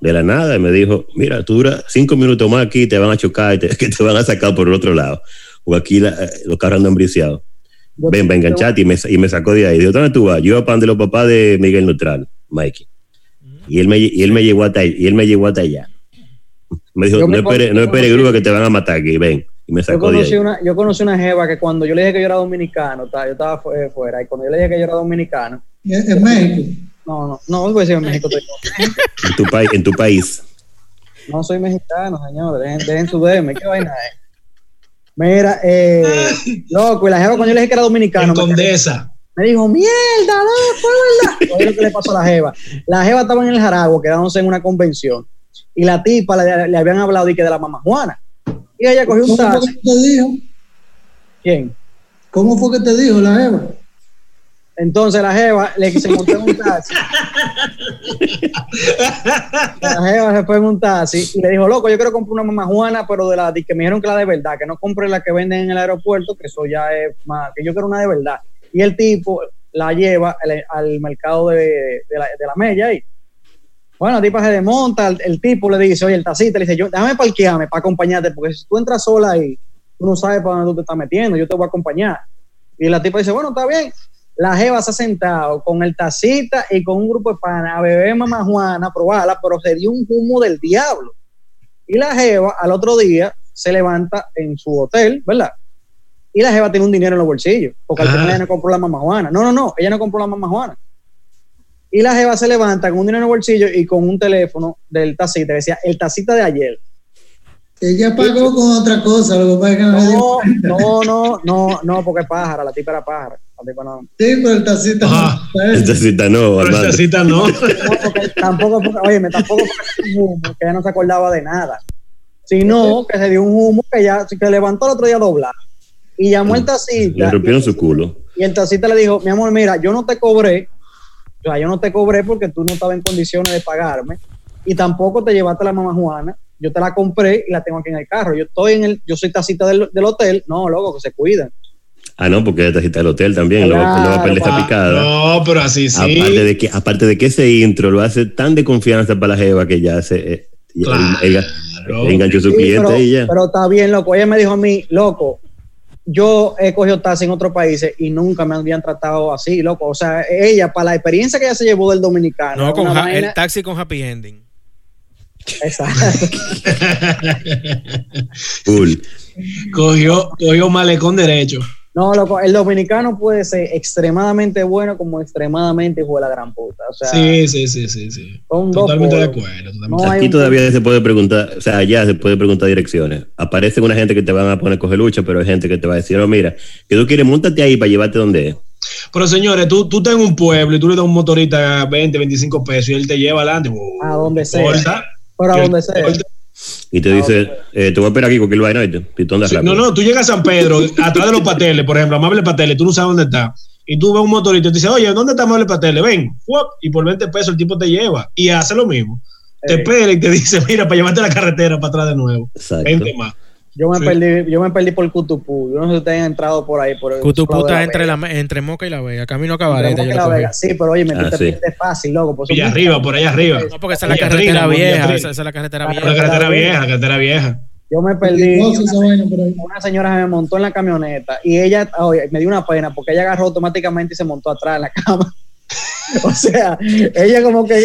[SPEAKER 4] de la nada y me dijo, mira, tú duras cinco minutos más aquí, te van a chocar y te, que te van a sacar por el otro lado. O aquí la- eh, los carros andan briciados.
[SPEAKER 1] Yo-
[SPEAKER 4] Ven, ven,
[SPEAKER 1] yo-
[SPEAKER 4] enganchate y me, y me sacó de ahí. Dijo, ¿dónde tú vas? Yo iba para donde los papás de Miguel Neutral, Mikey. Y él me, y él me llevó hasta ahí- y él me llevó hasta allá. Me dijo,
[SPEAKER 1] Yo
[SPEAKER 4] no
[SPEAKER 1] me con-
[SPEAKER 4] esperes no esperes grúa que te van a matar aquí, ven. Y me
[SPEAKER 1] Yo
[SPEAKER 4] sacó de ahí.
[SPEAKER 1] conocí, una, yo conocí una jeva que cuando yo le dije que yo era dominicano, ta- yo estaba fu- eh, fuera, y cuando yo le dije que yo era dominicano,
[SPEAKER 5] En en México.
[SPEAKER 1] no, no, no, no voy a decir en México, estoy-
[SPEAKER 4] En tu, país en tu país.
[SPEAKER 1] no soy mexicano, señor, dejen, dejen su DM, qué vaina es. Mira, eh, loco, y la jeva cuando yo le dije que era
[SPEAKER 3] En
[SPEAKER 1] dominicano, Ah, me,
[SPEAKER 3] Condesa.
[SPEAKER 1] me dijo, mierda, no, fue verdad. Oye lo que le pasó a la jeva. La jeva estaba en el Jaragua, quedándose en una convención, y la tipa le, le habían hablado de que de la mamá Juana. Y ella cogió un
[SPEAKER 5] ¿Cómo fue
[SPEAKER 1] taxi.
[SPEAKER 5] que te dijo?
[SPEAKER 1] ¿Quién?
[SPEAKER 5] ¿Cómo fue que te dijo la Eva?
[SPEAKER 1] Entonces la jeva le se montó en un taxi. la jeva se fue en un taxi y le dijo, loco, yo quiero comprar una mamajuana, pero de la de que me dijeron que la de verdad, que no compre la que venden en el aeropuerto, que eso ya es más, que yo quiero una de verdad. Y el tipo la lleva al, al mercado de, de la, de la mella ahí. Bueno, la tipa se desmonta, el, el tipo le dice, oye, el taxista le dice, yo, déjame parquearme para acompañarte, porque si tú entras sola ahí, tú no sabes para dónde tú te estás metiendo, yo te voy a acompañar. Y la tipa dice, bueno, está bien. La jeva se ha sentado con el tacita y con un grupo de panas a beber mamá Juana, a probarla, pero se dio un humo del diablo. Y la jeva al otro día se levanta en su hotel, ¿verdad? Y la jeva tiene un dinero en los bolsillos, porque al
[SPEAKER 3] Ajá.
[SPEAKER 1] final ella no compró la mamá Juana. No, no, no, ella no compró la mamá Juana. Y la jeva se levanta con un dinero en el bolsillo y con un teléfono del tacita que decía, el tacita de ayer.
[SPEAKER 5] Ella pagó con otra cosa, lo que pasa es que no me dio-
[SPEAKER 1] No, no, no, no, no, porque pájara, la tipa era pájara. La tipa no.
[SPEAKER 5] Sí, pero el tacita.
[SPEAKER 3] Ah.
[SPEAKER 4] Esta cita no,
[SPEAKER 3] Pero
[SPEAKER 4] Armando.
[SPEAKER 3] esta cita no.
[SPEAKER 1] No, porque tampoco, porque, óyeme, tampoco fue un humo que ella no se acordaba de nada, sino que se dio un humo que ya que levantó el otro día doblado y llamó al
[SPEAKER 4] Le
[SPEAKER 1] tacita
[SPEAKER 4] rompieron su culo.
[SPEAKER 1] y el tacita le dijo, mi amor, mira, yo no te cobré, o sea, yo no te cobré porque tú no estabas en condiciones de pagarme y tampoco te llevaste la mamá Juana, yo te la compré y la tengo aquí en el carro, yo estoy en el, yo soy tacita del, del hotel, no, loco, que se cuidan.
[SPEAKER 4] Ah, no, porque esta cita del hotel también. el
[SPEAKER 1] Claro,
[SPEAKER 4] papel está
[SPEAKER 1] pa.
[SPEAKER 4] picada.
[SPEAKER 3] No, pero así sí.
[SPEAKER 4] Aparte, de que, aparte de que ese intro lo hace tan de confianza para la Jeva que ya se eh, ya
[SPEAKER 3] Claro.
[SPEAKER 4] él- él- él enganchó a su
[SPEAKER 1] Sí,
[SPEAKER 4] cliente
[SPEAKER 1] pero,
[SPEAKER 4] y ya.
[SPEAKER 1] pero está bien, loco. Ella me dijo a mí, loco, yo he cogido taxi en otros países y nunca me habían tratado así, loco. O sea, ella, para la experiencia que ella se llevó del dominicano.
[SPEAKER 2] No,
[SPEAKER 1] era
[SPEAKER 2] con
[SPEAKER 1] una
[SPEAKER 2] ja-
[SPEAKER 1] vaina-
[SPEAKER 2] el taxi con happy ending.
[SPEAKER 1] Exacto.
[SPEAKER 4] Full.
[SPEAKER 3] cogió, cogió malecón derecho.
[SPEAKER 1] No, loco, el dominicano puede ser extremadamente bueno como extremadamente hijo de la gran puta. O sea,
[SPEAKER 3] Sí, sí, sí, sí, sí.
[SPEAKER 1] son dos
[SPEAKER 3] Totalmente de
[SPEAKER 1] polos.
[SPEAKER 3] acuerdo. totalmente
[SPEAKER 1] No, hay
[SPEAKER 4] Aquí
[SPEAKER 1] un-
[SPEAKER 4] todavía se puede preguntar, o sea, allá se puede preguntar direcciones. Aparece una gente que te van a poner coge lucha, pero hay gente que te va a decir, no, mira, que tú quieres, montate ahí para llevarte donde es.
[SPEAKER 3] Pero señores, tú, tú estás en un pueblo y tú le das un motorista 20, 25 pesos y él te lleva adelante.
[SPEAKER 1] A donde sea.
[SPEAKER 3] Corta.
[SPEAKER 1] Pero a
[SPEAKER 3] Que
[SPEAKER 1] donde
[SPEAKER 3] él
[SPEAKER 1] sea.
[SPEAKER 3] corta.
[SPEAKER 4] Y
[SPEAKER 1] Ah,
[SPEAKER 4] te dice, eh, te voy a esperar aquí cualquier vaina, ¿oíste? y tú andas
[SPEAKER 3] Sí,
[SPEAKER 4] rápido.
[SPEAKER 3] No, no, tú llegas a San Pedro, atrás de los pateles, por ejemplo, Amable Pateles, tú no sabes dónde está. Y tú ves un motorista y te dice, oye, ¿dónde está Amable Pateles? Ven, ¡fuap! y por 20 pesos el tipo te lleva y hace lo mismo. Te
[SPEAKER 1] Eh.
[SPEAKER 3] espera y te dice, mira, para llevarte la carretera para atrás de nuevo.
[SPEAKER 4] Exacto.
[SPEAKER 3] 20 más.
[SPEAKER 1] Yo me,
[SPEAKER 3] Sí.
[SPEAKER 1] perdí, yo me perdí por Cutupú. Yo no sé si ustedes han entrado por ahí. Por el-
[SPEAKER 2] Cutupú
[SPEAKER 1] por
[SPEAKER 2] está
[SPEAKER 1] la
[SPEAKER 2] entre,
[SPEAKER 1] Vega.
[SPEAKER 2] la, entre Moca y La Vega. Camino a
[SPEAKER 1] Tenemos
[SPEAKER 2] Cabareta.
[SPEAKER 1] que
[SPEAKER 2] yo
[SPEAKER 1] la
[SPEAKER 2] lo cogí.
[SPEAKER 1] Vega. Sí, pero oye, me
[SPEAKER 4] Ah,
[SPEAKER 1] tú te
[SPEAKER 4] sí.
[SPEAKER 1] pierdes fácil, loco. pues, por
[SPEAKER 3] Allá
[SPEAKER 1] supuesto.
[SPEAKER 3] arriba, por allá arriba.
[SPEAKER 2] No, porque esa es la
[SPEAKER 3] Villa
[SPEAKER 2] carretera
[SPEAKER 3] Trina,
[SPEAKER 2] vieja.
[SPEAKER 3] Villa
[SPEAKER 2] Esa, esa es la carretera
[SPEAKER 1] Ah,
[SPEAKER 3] La
[SPEAKER 2] vieja.
[SPEAKER 3] carretera vieja, la carretera vieja.
[SPEAKER 1] Yo me perdí.
[SPEAKER 5] Gozo esa vaina por ahí.
[SPEAKER 1] una señora se me montó en la camioneta y ella, oye, me dio una pena porque ella agarró automáticamente y se montó atrás en la cama. o sea, ella como que,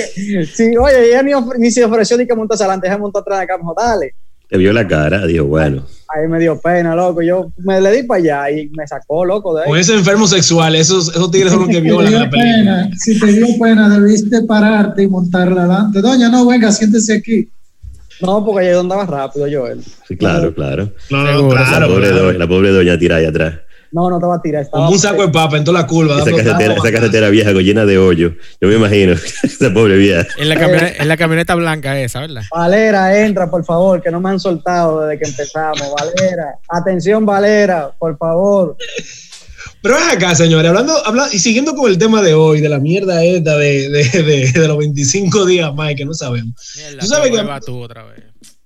[SPEAKER 1] sí, oye, ella ni, ofre- ni se ofreció ni que montase adelante, ella se montó atrás de la cama, dijo, dale.
[SPEAKER 4] Te vio la cara, dijo, bueno.
[SPEAKER 1] Ahí me dio pena, loco. Yo me le di para allá y me sacó, loco, de ahí.
[SPEAKER 3] Con ese enfermo sexual, esos, esos tigres son los que
[SPEAKER 5] Si te
[SPEAKER 3] violan en
[SPEAKER 5] dio
[SPEAKER 3] la película.
[SPEAKER 5] pena, si te dio pena, debiste pararte y montarla adelante. Doña, no, venga, siéntese aquí.
[SPEAKER 1] No, porque yo andaba rápido, yo él.
[SPEAKER 4] Sí, claro, claro.
[SPEAKER 3] No, no,
[SPEAKER 2] Seguro.
[SPEAKER 4] la,
[SPEAKER 3] claro.
[SPEAKER 4] pobre
[SPEAKER 3] claro.
[SPEAKER 4] doña, la pobre doña tira ahí atrás.
[SPEAKER 1] No, no te va a tirar. Estaba
[SPEAKER 3] Como un saco de
[SPEAKER 2] pues,
[SPEAKER 3] papa en toda la curva.
[SPEAKER 4] Esa
[SPEAKER 3] dando
[SPEAKER 4] carretera,
[SPEAKER 3] tapas.
[SPEAKER 4] esa carretera vieja con llena de hoyo. Yo me imagino, esa pobre vieja.
[SPEAKER 2] En la, camioneta, en la camioneta blanca esa, ¿verdad?
[SPEAKER 1] Valera, entra, por favor, que no me han soltado desde que empezamos. Valera, atención, Valera, por favor.
[SPEAKER 3] Pero ven acá, señores, hablando, habla- y siguiendo con el tema de hoy, de la mierda esta de, de, de- de los 25 días más que no sabemos.
[SPEAKER 2] Mierda,
[SPEAKER 3] Tú sabes
[SPEAKER 2] que
[SPEAKER 3] que-
[SPEAKER 2] va tú otra vez.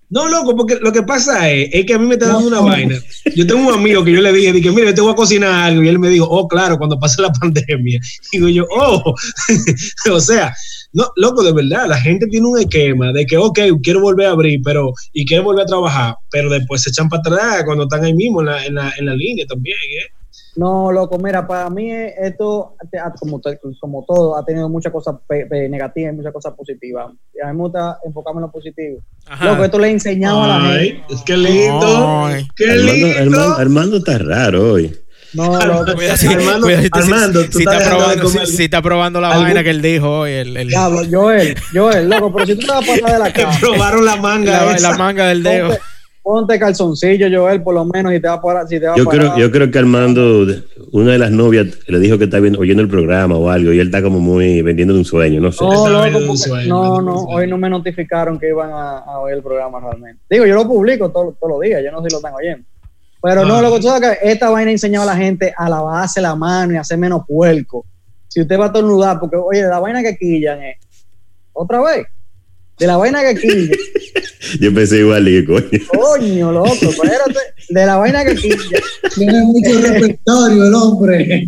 [SPEAKER 3] No, loco, porque lo que pasa es, es que a mí me está dando una vaina. Yo tengo un amigo que yo le dije, dije, mira, yo te voy a cocinar algo. Y él me dijo, oh, claro, cuando pase la pandemia. Digo yo, oh, o sea, no, loco, de verdad, la gente tiene un esquema de que, ok, quiero volver a abrir, pero, y quiero volver a trabajar, pero después se echan para atrás cuando están ahí mismo en la, en la, en la línea también, ¿eh?
[SPEAKER 1] No, loco, mira, para mí esto, te- ah, como, te- como todo, ha tenido muchas cosas pe- pe- negativas y muchas cosas positivas. Y a mí me gusta enfocarme en lo positivo.
[SPEAKER 2] Ajá.
[SPEAKER 1] Loco, esto le he enseñado a la gente.
[SPEAKER 3] Ay, qué lindo,
[SPEAKER 2] Ay.
[SPEAKER 3] qué
[SPEAKER 4] Armando,
[SPEAKER 3] lindo.
[SPEAKER 4] Armando, Armando está raro hoy.
[SPEAKER 1] No, loco,
[SPEAKER 2] Cuidado si-
[SPEAKER 3] Armando,
[SPEAKER 2] cuidado si te-
[SPEAKER 3] Armando,
[SPEAKER 2] si-
[SPEAKER 3] tú
[SPEAKER 2] si
[SPEAKER 3] estás
[SPEAKER 2] está
[SPEAKER 3] dejando de
[SPEAKER 2] probando-
[SPEAKER 3] comer.
[SPEAKER 2] si- si está probando la
[SPEAKER 3] Algún-
[SPEAKER 2] vaina que él dijo hoy, el- el-
[SPEAKER 1] diablo, Joel, Joel, loco, pero si tú te vas a pasar de la
[SPEAKER 3] Te
[SPEAKER 1] cara.
[SPEAKER 3] probaron la manga.
[SPEAKER 2] la,
[SPEAKER 3] esa.
[SPEAKER 2] la manga del dedo.
[SPEAKER 1] Ponte, ponte calzoncillo, Joel, por lo menos, y te va a parar. Si te va a
[SPEAKER 4] Yo
[SPEAKER 1] parar.
[SPEAKER 4] creo, yo creo que Armando, una de las novias le dijo que está viendo- oyendo el programa o algo y él está como muy vendiendo un sueño, no sé.
[SPEAKER 1] No,
[SPEAKER 3] Esa
[SPEAKER 1] Oh, loco,
[SPEAKER 3] vaina de un
[SPEAKER 1] porque-
[SPEAKER 3] sueño,
[SPEAKER 1] no,
[SPEAKER 3] vaina de
[SPEAKER 1] no,
[SPEAKER 3] un sueño.
[SPEAKER 1] hoy no me notificaron que iban a, a oír el programa realmente. Digo, yo lo publico todo- todos los días, yo no sé si lo están oyendo. Pero no,
[SPEAKER 3] Ah.
[SPEAKER 1] loco, tú sabes que esta vaina ha enseñado a la gente a lavarse la mano y a hacer menos puerco. Si usted va a tornudar, porque oye, la vaina que quillan es. Otra vez. De la vaina que quillan.
[SPEAKER 4] Yo pensé igual, dije, coño.
[SPEAKER 1] Coño, loco, espérate. De la vaina que quillan.
[SPEAKER 5] Tiene mucho repertorio el hombre.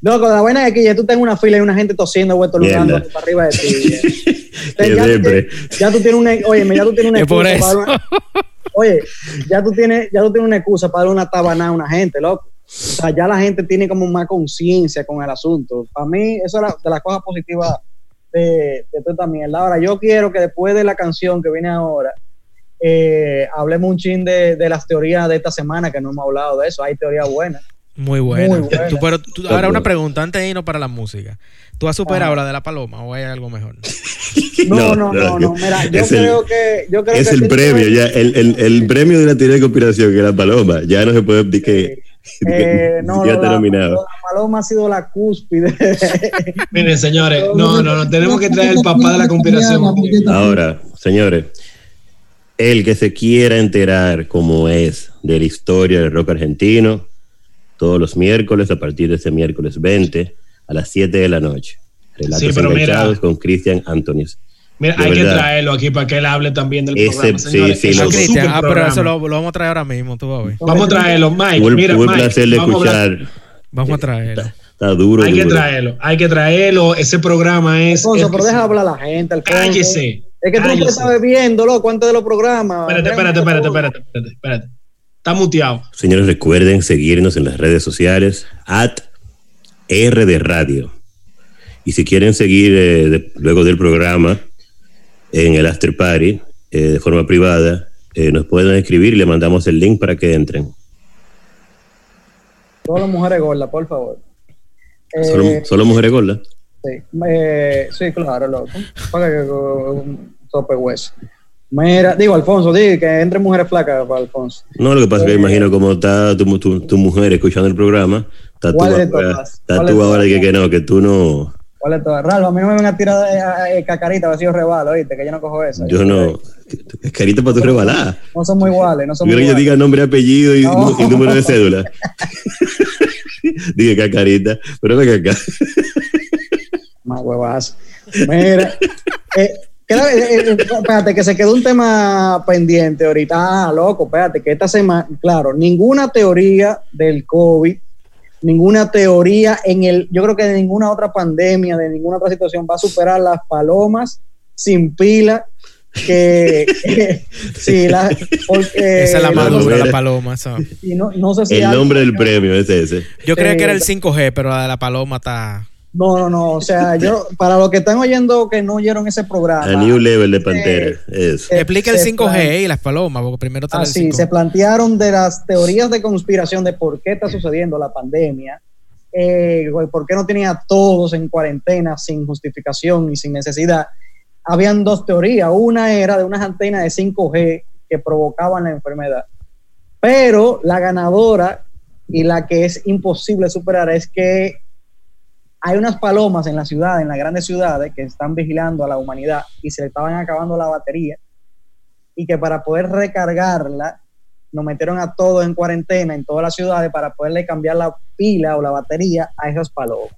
[SPEAKER 1] Loco, de la vaina que quillan, tú tengas una fila y una gente tosiendo, güey, tornudando
[SPEAKER 4] Mierda.
[SPEAKER 1] para arriba de ti. eh.
[SPEAKER 4] Qué
[SPEAKER 1] ya, tú
[SPEAKER 4] depre.
[SPEAKER 1] tienes- ya tú tienes una, oye, mira, ya tú tienes una
[SPEAKER 2] Es por
[SPEAKER 1] excusa
[SPEAKER 2] eso.
[SPEAKER 1] para una- oye, ya tú tienes, ya tú tienes una excusa para dar una tabanada a una gente, loco. O sea, ya la gente tiene como más conciencia con el asunto. Para mí, eso era de las cosas positivas de, de toda esta mierda. Ahora, yo quiero que después de la canción que viene ahora, eh, hablemos un chin de, de las teorías de esta semana, que no hemos hablado de eso. Hay teorías buenas.
[SPEAKER 2] Muy buena.
[SPEAKER 1] Muy buena.
[SPEAKER 2] Tú- pero tú- ahora una pregunta antes de irnos para la música. ¿Tú has superado la de la paloma o hay algo mejor?
[SPEAKER 1] No, no, no, no. Mira, yo
[SPEAKER 4] es el-
[SPEAKER 1] creo que. Yo creo que
[SPEAKER 4] es
[SPEAKER 1] este
[SPEAKER 4] el
[SPEAKER 1] sí,
[SPEAKER 4] premio, ya, el, el- el premio de la teoría de conspiración, que era Paloma. Ya no se puede decir que,
[SPEAKER 1] Eh, no, lo-
[SPEAKER 4] ya está
[SPEAKER 1] la,
[SPEAKER 4] nominado.
[SPEAKER 1] lo- la paloma ha sido la cúspide.
[SPEAKER 3] Miren, señores, no, no, no, tenemos que traer el papá de la conspiración.
[SPEAKER 4] Ahora, señores, el que se quiera enterar cómo es de la historia del rock argentino, todos los miércoles, a partir de este miércoles 20, a las 7 de la noche. Relatos
[SPEAKER 3] Sí, pero mira.
[SPEAKER 4] enganchados con Cristian Antonis.
[SPEAKER 3] Mira,
[SPEAKER 4] De
[SPEAKER 3] hay que
[SPEAKER 4] verdad.
[SPEAKER 3] traerlo aquí para que él hable también del
[SPEAKER 4] Ese-
[SPEAKER 3] programa.
[SPEAKER 4] sí,
[SPEAKER 3] señores.
[SPEAKER 4] sí,
[SPEAKER 3] Es
[SPEAKER 4] lo-
[SPEAKER 3] un
[SPEAKER 2] Cristian,
[SPEAKER 3] super
[SPEAKER 2] ah, pero
[SPEAKER 3] programa.
[SPEAKER 2] eso lo, lo vamos a traer ahora mismo, tú vas a ver.
[SPEAKER 3] Vamos a traerlo, Mike.
[SPEAKER 4] Tuve el,
[SPEAKER 3] mira,
[SPEAKER 4] tuve el
[SPEAKER 3] Mike,
[SPEAKER 4] placer de
[SPEAKER 3] vamos a hablar-
[SPEAKER 4] escuchar.
[SPEAKER 2] Vamos a traerlo.
[SPEAKER 4] Está duro.
[SPEAKER 3] Hay que
[SPEAKER 4] duro.
[SPEAKER 3] traerlo, hay que traerlo. Ese programa es.
[SPEAKER 1] Alfonso,
[SPEAKER 3] es-
[SPEAKER 1] pero deja hablar a la gente, Alfonso.
[SPEAKER 3] Cállese.
[SPEAKER 1] Es que tú no
[SPEAKER 3] cállese.
[SPEAKER 1] puedes estar bebiendo, loco, antes de los programas.
[SPEAKER 3] Espérate, espérate, espérate, espérate, espérate, espérate. Está muteado.
[SPEAKER 4] Señores, recuerden seguirnos en las redes sociales at R de Radio. Y si quieren seguir eh, de- luego del programa en el After Party eh, de forma privada, eh, nos pueden escribir y le mandamos el link para que entren.
[SPEAKER 1] Todas las mujeres gordas, por favor. Eh,
[SPEAKER 4] Solo, solo mujeres gordas.
[SPEAKER 1] sí, eh, sí, claro, loco. Para que con un tope hueso. Mira, digo, Alfonso, di que entre mujeres flacas para Alfonso.
[SPEAKER 4] No, lo que pasa es que
[SPEAKER 1] Eh.
[SPEAKER 4] imagino como está tu, tu- tu mujer escuchando el programa, está tú
[SPEAKER 1] ¿Cuál de
[SPEAKER 4] ahora,
[SPEAKER 1] todas?
[SPEAKER 4] está
[SPEAKER 1] ¿Cuál
[SPEAKER 4] tú
[SPEAKER 1] de
[SPEAKER 4] ahora
[SPEAKER 1] todas?
[SPEAKER 4] que, que no, que tú no,
[SPEAKER 1] ¿Cuál es todo? Ralph, a mí no me van a tirar eh, a- eh, cacarita, a ver si yo rebalo, oíste, que yo no cojo eso.
[SPEAKER 4] yo no, es carita para tu rebalada.
[SPEAKER 1] No somos iguales, no
[SPEAKER 4] Yo
[SPEAKER 1] somos
[SPEAKER 4] creo que yo
[SPEAKER 1] iguales.
[SPEAKER 4] diga nombre, apellido y,
[SPEAKER 1] No.
[SPEAKER 4] y número de cédula. Dije cacarita, pero no acá.
[SPEAKER 1] Más huevazo. Mira. eh, queda- eh, eh, espérate, que se quedó un tema pendiente ahorita. Ah, loco, espérate, que esta semana, claro, ninguna teoría del COVID, ninguna teoría en el, yo creo que de ninguna otra pandemia, de ninguna otra situación va a superar las palomas sin pila. Que, sí, la, porque
[SPEAKER 2] Esa es la
[SPEAKER 4] Eh,
[SPEAKER 2] más dura,
[SPEAKER 4] la
[SPEAKER 2] la
[SPEAKER 4] primera.
[SPEAKER 2] paloma. esa.
[SPEAKER 1] y no, no sé si
[SPEAKER 4] El
[SPEAKER 1] hay-
[SPEAKER 4] nombre del premio es ese.
[SPEAKER 2] Yo creía
[SPEAKER 1] Sí.
[SPEAKER 2] que era el 5G, pero la de la paloma está...
[SPEAKER 1] No, no, no. O sea, yo, para los que están oyendo que no oyeron ese programa,
[SPEAKER 4] A New Level de Pantera. Eso.
[SPEAKER 1] Eh,
[SPEAKER 2] Explica el
[SPEAKER 1] se
[SPEAKER 2] 5G y las palomas, porque primero está el
[SPEAKER 1] Así,
[SPEAKER 2] 5G.
[SPEAKER 1] se plantearon de las teorías de conspiración de por qué está sucediendo la pandemia, eh, o por qué no tenía a todos en cuarentena sin justificación y sin necesidad. Habían dos teorías. Una era de unas antenas de 5G que provocaban la enfermedad. Pero la ganadora y la que es imposible superar es que hay unas palomas en la ciudad, en las grandes ciudades, que están vigilando a la humanidad y se le estaban acabando la batería y que para poder recargarla nos metieron a todos en cuarentena en todas las ciudades para poderle cambiar la pila o la batería a esas palomas.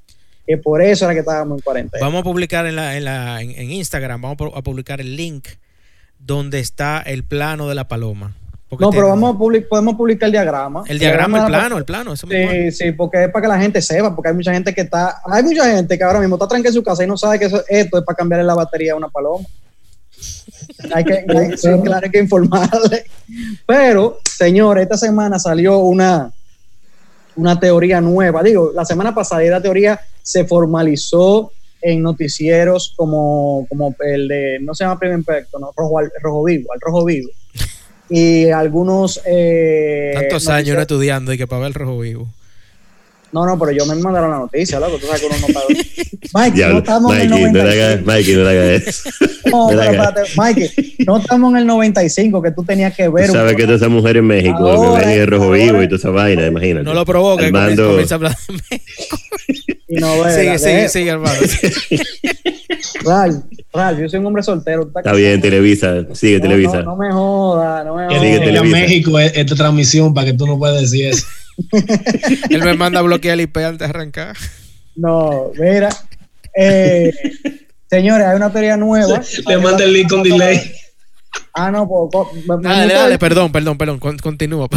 [SPEAKER 1] Que por eso era que estábamos en cuarentena.
[SPEAKER 2] Vamos a publicar en, la, en, la, en, en Instagram, vamos a pu- a publicar el link donde está el plano de la paloma. Porque
[SPEAKER 1] no, pero
[SPEAKER 2] tiene-
[SPEAKER 1] vamos a public- podemos publicar el diagrama.
[SPEAKER 2] El diagrama, el
[SPEAKER 1] de la-
[SPEAKER 2] plano, el plano. Eso mismo es.
[SPEAKER 1] Sí, sí, porque es para que la gente sepa, porque hay mucha gente que está, hay mucha gente que ahora mismo está tranquila en su casa y no sabe que eso- esto es para cambiarle la batería a una paloma. Hay que, hay- sí, claro, hay que informarle. Pero, señores, esta semana salió una, una teoría nueva. Digo, la semana pasada la teoría se formalizó en noticieros como, como el de, no se llama Primer Impacto, ¿no? Rojo, al, Rojo Vivo, al Rojo Vivo. Y algunos... eh,
[SPEAKER 2] Tantos años
[SPEAKER 1] noticieros-
[SPEAKER 2] no estudiando y que para ver el rojo vivo.
[SPEAKER 1] no, no, pero yo me mandaron la noticia, loco. Tú sabes que uno no paga. Mike, no
[SPEAKER 4] Diablo,
[SPEAKER 1] estamos en
[SPEAKER 4] Mikey,
[SPEAKER 1] el
[SPEAKER 4] no le hagas
[SPEAKER 1] 95.
[SPEAKER 4] Mikey, no le hagas eso.
[SPEAKER 1] No,
[SPEAKER 4] me
[SPEAKER 1] pero
[SPEAKER 4] la hagas.
[SPEAKER 1] espérate, Mikey, no estamos en el 95, que tú tenías que ver.
[SPEAKER 4] Tú
[SPEAKER 1] un
[SPEAKER 4] sabes que
[SPEAKER 1] programa.
[SPEAKER 4] todas esas mujeres en México
[SPEAKER 1] Ahora,
[SPEAKER 4] que ven el rojo
[SPEAKER 1] ahora.
[SPEAKER 4] vivo y toda esa vaina, imagínate.
[SPEAKER 2] No lo provoca.
[SPEAKER 4] Armando-
[SPEAKER 2] comienza a hablar de mí.
[SPEAKER 1] Y no eh, ves,
[SPEAKER 2] Sigue,
[SPEAKER 1] ¿verdad?
[SPEAKER 2] sigue,
[SPEAKER 1] Ve,
[SPEAKER 2] sigue, hermano.
[SPEAKER 1] Ral, Ral, yo soy un hombre soltero. ¿tú
[SPEAKER 4] Está bien, Televisa, sigue
[SPEAKER 1] no,
[SPEAKER 4] Televisa.
[SPEAKER 1] No, no me jodas, no me
[SPEAKER 3] Que
[SPEAKER 4] Sigue
[SPEAKER 1] jodas.
[SPEAKER 3] diga
[SPEAKER 4] Televisa.
[SPEAKER 3] México e- esta transmisión para que tú no puedas decir eso.
[SPEAKER 2] Él me manda a bloquear el IP antes de arrancar.
[SPEAKER 1] No, mira. eh, señores, hay una teoría nueva.
[SPEAKER 3] Te manda el link con delay.
[SPEAKER 1] Ah, no, poco.
[SPEAKER 2] Dale, dale, perdón, perdón, perdón. Con- Continúa.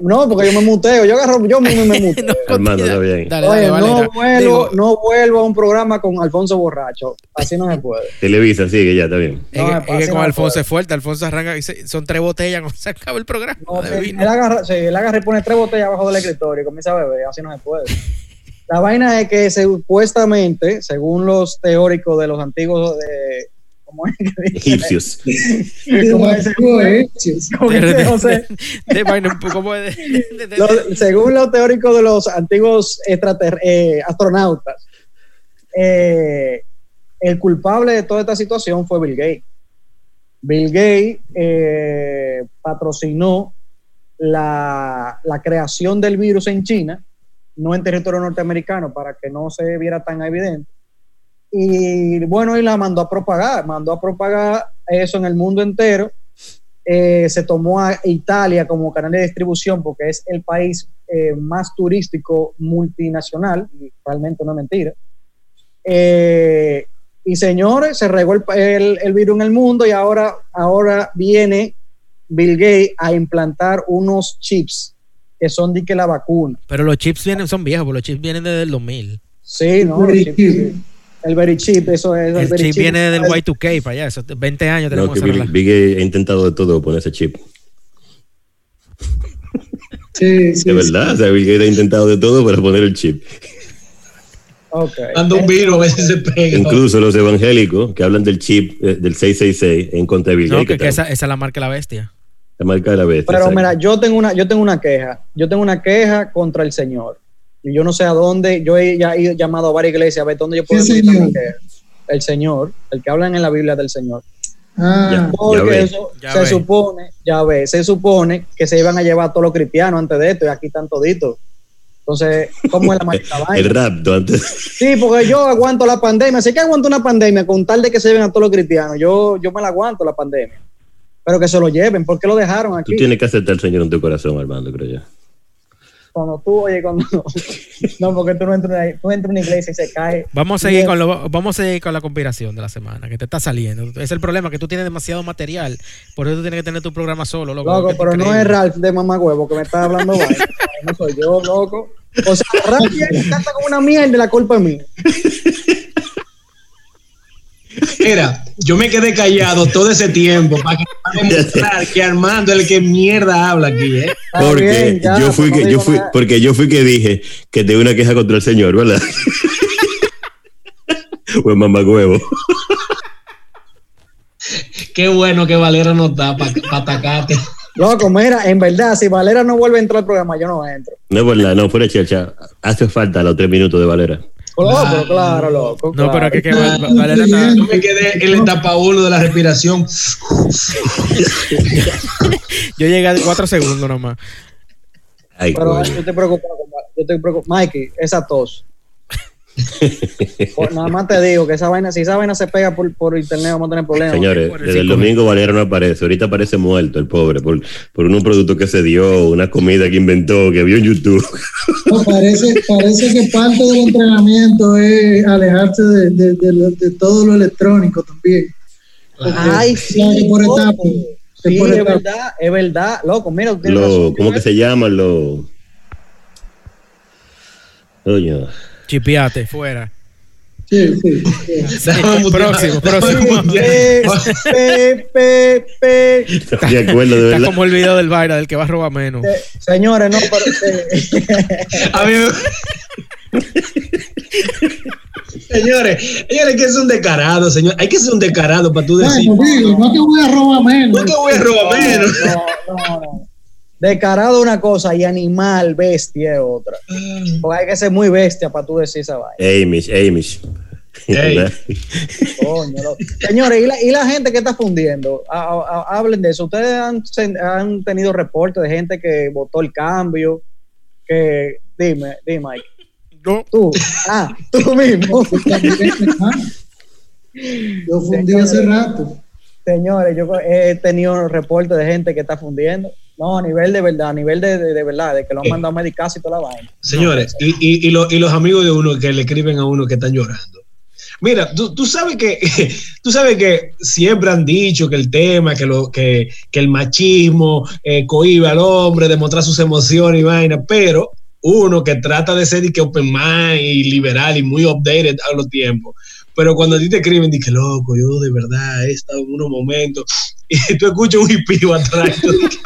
[SPEAKER 1] No, porque yo me muteo. Yo agarro, yo mismo me muteo.
[SPEAKER 4] Armando, está bien.
[SPEAKER 2] Dale,
[SPEAKER 1] Oye,
[SPEAKER 2] dale, vale.
[SPEAKER 1] no,
[SPEAKER 2] ra-
[SPEAKER 1] vuelvo,
[SPEAKER 2] digo,
[SPEAKER 1] no vuelvo a un programa con Alfonso Borracho. Así no se puede.
[SPEAKER 4] Televisa, sigue ya, está bien.
[SPEAKER 2] es
[SPEAKER 1] no,
[SPEAKER 2] que-
[SPEAKER 1] me
[SPEAKER 2] es que,
[SPEAKER 1] pasa
[SPEAKER 2] con
[SPEAKER 1] nada,
[SPEAKER 2] Alfonso
[SPEAKER 1] joder.
[SPEAKER 2] es fuerte. Alfonso arranca. y se- Son tres botellas cuando se acaba el programa.
[SPEAKER 1] No,
[SPEAKER 2] de
[SPEAKER 1] él,
[SPEAKER 2] vino.
[SPEAKER 1] él agarra, sí, él agarra y pone tres botellas abajo del escritorio y comienza a beber. Así no se puede. La vaina es que supuestamente, según los teóricos de los antiguos de. ¿Cómo es que dice?
[SPEAKER 4] Egipcios.
[SPEAKER 1] ¿Cómo es?
[SPEAKER 5] Digo, eh, chis.
[SPEAKER 1] ¿Cómo
[SPEAKER 2] De-
[SPEAKER 1] dice
[SPEAKER 2] de-
[SPEAKER 1] José?
[SPEAKER 2] de- de- vaina, ¿cómo es? De- de- de- de-
[SPEAKER 1] Los- según los teóricos de los antiguos extrater- eh, astronautas, eh, el culpable de toda esta situación fue Bill Gates. Bill Gates eh, patrocinó la, la creación del virus en China, no en territorio norteamericano, para que no se viera tan evidente. Y bueno, y la mandó a propagar, mandó a propagar eso en el mundo entero eh, se tomó a Italia como canal de distribución porque es el país eh, más turístico multinacional, y realmente no es mentira. Eh, y señores, se regó el, pa- el- el virus en el mundo y ahora, ahora viene Bill Gates a implantar unos chips que son de que la vacuna.
[SPEAKER 2] Pero los chips vienen, son viejos, porque los chips vienen desde el 2000.
[SPEAKER 1] Sí, ¿no? Los
[SPEAKER 5] Very
[SPEAKER 1] chips,
[SPEAKER 5] chip.
[SPEAKER 1] sí. El very chip, eso es.
[SPEAKER 2] El
[SPEAKER 1] very
[SPEAKER 2] chip viene del
[SPEAKER 1] El-
[SPEAKER 2] Y2K para allá. eso- 20 años
[SPEAKER 4] No,
[SPEAKER 2] tenemos
[SPEAKER 4] que
[SPEAKER 2] esa
[SPEAKER 4] Big,
[SPEAKER 2] relación.
[SPEAKER 4] Big ha intentado de todo poner ese chip.
[SPEAKER 5] Sí, sí,
[SPEAKER 4] De verdad, o sea, Big Gates ha intentado de todo para poner el chip.
[SPEAKER 1] Ok.
[SPEAKER 3] Manda un virus a ver si se pega.
[SPEAKER 4] Incluso los evangélicos que hablan del chip eh, del 666 en contra de Bill
[SPEAKER 2] No,
[SPEAKER 4] Gates,
[SPEAKER 2] que, que
[SPEAKER 4] tal,
[SPEAKER 2] esa, esa es la marca de la bestia.
[SPEAKER 4] la marca de la bestia.
[SPEAKER 1] Pero
[SPEAKER 4] exacto.
[SPEAKER 1] mira, yo tengo una, yo tengo una queja. Yo tengo una queja contra el Señor. Y yo no sé a dónde, yo he, ya he llamado a varias iglesias a ver dónde yo puedo
[SPEAKER 5] Sí,
[SPEAKER 1] depositar
[SPEAKER 5] señor.
[SPEAKER 1] mi queja. El Señor, el que hablan en la Biblia del Señor.
[SPEAKER 5] Ah,
[SPEAKER 1] Porque
[SPEAKER 4] ve.
[SPEAKER 1] eso
[SPEAKER 2] Ya
[SPEAKER 1] se
[SPEAKER 2] ve.
[SPEAKER 1] supone, ya ve, se supone que se iban a llevar a todos los cristianos antes de esto y aquí están toditos. Entonces, ¿cómo es la maldita
[SPEAKER 4] el
[SPEAKER 1] vaina?
[SPEAKER 4] rapto antes.
[SPEAKER 1] Sí, porque yo aguanto la pandemia. Sé que aguanto una pandemia con tal de que se lleven a todos los cristianos. Yo, yo me la aguanto la pandemia. Pero que se lo lleven. ¿Por qué lo dejaron
[SPEAKER 4] Tú
[SPEAKER 1] aquí?
[SPEAKER 4] tienes que aceptar al Señor en tu corazón, Armando, creo yo.
[SPEAKER 1] cuando tú, oye, cuando no, porque tú no entras, en una- tú entras en una iglesia y se cae.
[SPEAKER 2] Vamos a seguir
[SPEAKER 1] Bien.
[SPEAKER 2] con lo- vamos a seguir con la conspiración de la semana que te está saliendo. Es el problema que tú tienes demasiado material, por eso tú tienes que tener tu programa solo, loco.
[SPEAKER 1] Loco,
[SPEAKER 2] porque
[SPEAKER 1] pero
[SPEAKER 2] te
[SPEAKER 1] no
[SPEAKER 2] creen.
[SPEAKER 1] es Ralph de mamá huevo que me está hablando vaina. No soy yo, loco. O sea, Ralph ya que canta como una mierda y la culpa es mía.
[SPEAKER 3] Mira, yo me quedé callado todo ese tiempo para que- para demostrar que Armando es el que mierda habla aquí, ¿eh?
[SPEAKER 1] Está
[SPEAKER 4] Porque
[SPEAKER 1] bien, ya,
[SPEAKER 4] yo fui
[SPEAKER 1] pues, no
[SPEAKER 4] que yo
[SPEAKER 1] digo
[SPEAKER 4] fui
[SPEAKER 1] nada.
[SPEAKER 4] porque yo fui que dije que tengo una queja contra el señor, ¿verdad? Pues mamá huevo.
[SPEAKER 3] Qué bueno que Valera no está para atacarte.
[SPEAKER 1] Loco, mira, en verdad, si Valera no vuelve a entrar al programa, yo no entro.
[SPEAKER 4] No es verdad, no, fuera chacha. Hace falta los tres minutos de Valera.
[SPEAKER 1] Loco,
[SPEAKER 3] Claro.
[SPEAKER 1] pero claro, loco.
[SPEAKER 2] No, pero
[SPEAKER 1] claro.
[SPEAKER 2] que, que Val- Val- Valera está-
[SPEAKER 3] Yo me quedé en la etapa 1 de la respiración.
[SPEAKER 2] Yo llegué a cuatro segundos nomás.
[SPEAKER 4] Ay,
[SPEAKER 1] Pero
[SPEAKER 4] coño.
[SPEAKER 1] ay, yo estoy preocupado. con Val- Yo estoy preocupado. Mikey, esa tos. Pues nada más te digo que esa vaina, si esa vaina se pega por, por internet, vamos a tener problemas.
[SPEAKER 4] Señores,
[SPEAKER 2] por el
[SPEAKER 4] desde el
[SPEAKER 2] cinco
[SPEAKER 4] domingo Valera no aparece. Ahorita aparece muerto el pobre por, por un producto que se dio, una comida que inventó, que vio en YouTube.
[SPEAKER 5] No, parece, parece que parte del entrenamiento es alejarse de, de- de lo- de todo lo electrónico también. Porque,
[SPEAKER 1] Ay, sí, oh.
[SPEAKER 5] claro, por
[SPEAKER 1] loco.
[SPEAKER 5] etapas. es
[SPEAKER 1] Sí,
[SPEAKER 5] por
[SPEAKER 1] es
[SPEAKER 5] etapas.
[SPEAKER 1] verdad, es verdad, loco. Mira, tú tienes razón,
[SPEAKER 4] Lo,
[SPEAKER 1] yo
[SPEAKER 4] ¿Cómo
[SPEAKER 1] me-
[SPEAKER 4] que se llama? Lo. Coño.
[SPEAKER 2] Chipiate, fuera.
[SPEAKER 5] Sí, sí, sí.
[SPEAKER 3] Déjame mutear.
[SPEAKER 2] Próximo,
[SPEAKER 3] Déjame
[SPEAKER 2] próximo.
[SPEAKER 3] mutear.
[SPEAKER 1] Pe, pe, pe.
[SPEAKER 4] No me acuerdo de
[SPEAKER 2] Está
[SPEAKER 4] verdad.
[SPEAKER 2] como el video del Vaira, del que va a robar menos.
[SPEAKER 1] Eh, Señores, no, pero, eh,
[SPEAKER 3] A mí me- Señores, señores, que es un descarado, señor. Hay que ser un descarado
[SPEAKER 1] Pues
[SPEAKER 3] para tú decir.
[SPEAKER 5] Bueno, digo, no te voy a robar menos.
[SPEAKER 3] No que voy a robar menos.
[SPEAKER 1] no, no, no. Descarado una cosa y animal bestia es otra.
[SPEAKER 3] Ah,
[SPEAKER 1] Porque hay que ser muy bestia para tú decir esa vaina.
[SPEAKER 4] Amish, Amish.
[SPEAKER 3] Ey.
[SPEAKER 1] Coño, loco. Señores, y la, y la gente que está fundiendo, A- a- a- hablen de eso. Ustedes han, sen- han tenido reportes de gente que votó el cambio. Que, dime, dime, Mike.
[SPEAKER 2] No.
[SPEAKER 1] Tú, ah, tú mismo.
[SPEAKER 5] Yo ah, fundí hace rato.
[SPEAKER 1] Señores, yo he tenido reportes de gente que está fundiendo. No, a nivel de verdad, a nivel de, de, de verdad, de que lo han
[SPEAKER 3] Eh.
[SPEAKER 1] mandado a medicarse y toda la vaina.
[SPEAKER 3] Señores, y, y- y lo- y los amigos de uno que le escriben a uno que están llorando. Mira, tú, tú sabes que tú sabes que siempre han dicho que el tema, que lo, que, que el machismo eh, cohíbe al hombre, de mostrar sus emociones y vaina, pero uno que trata de ser y que open mind y liberal y muy updated a los tiempos. Pero cuando a ti te escriben, dije, loco, yo de verdad he estado en unos momentos y tú escuchas un hipío atrás y tú, dices-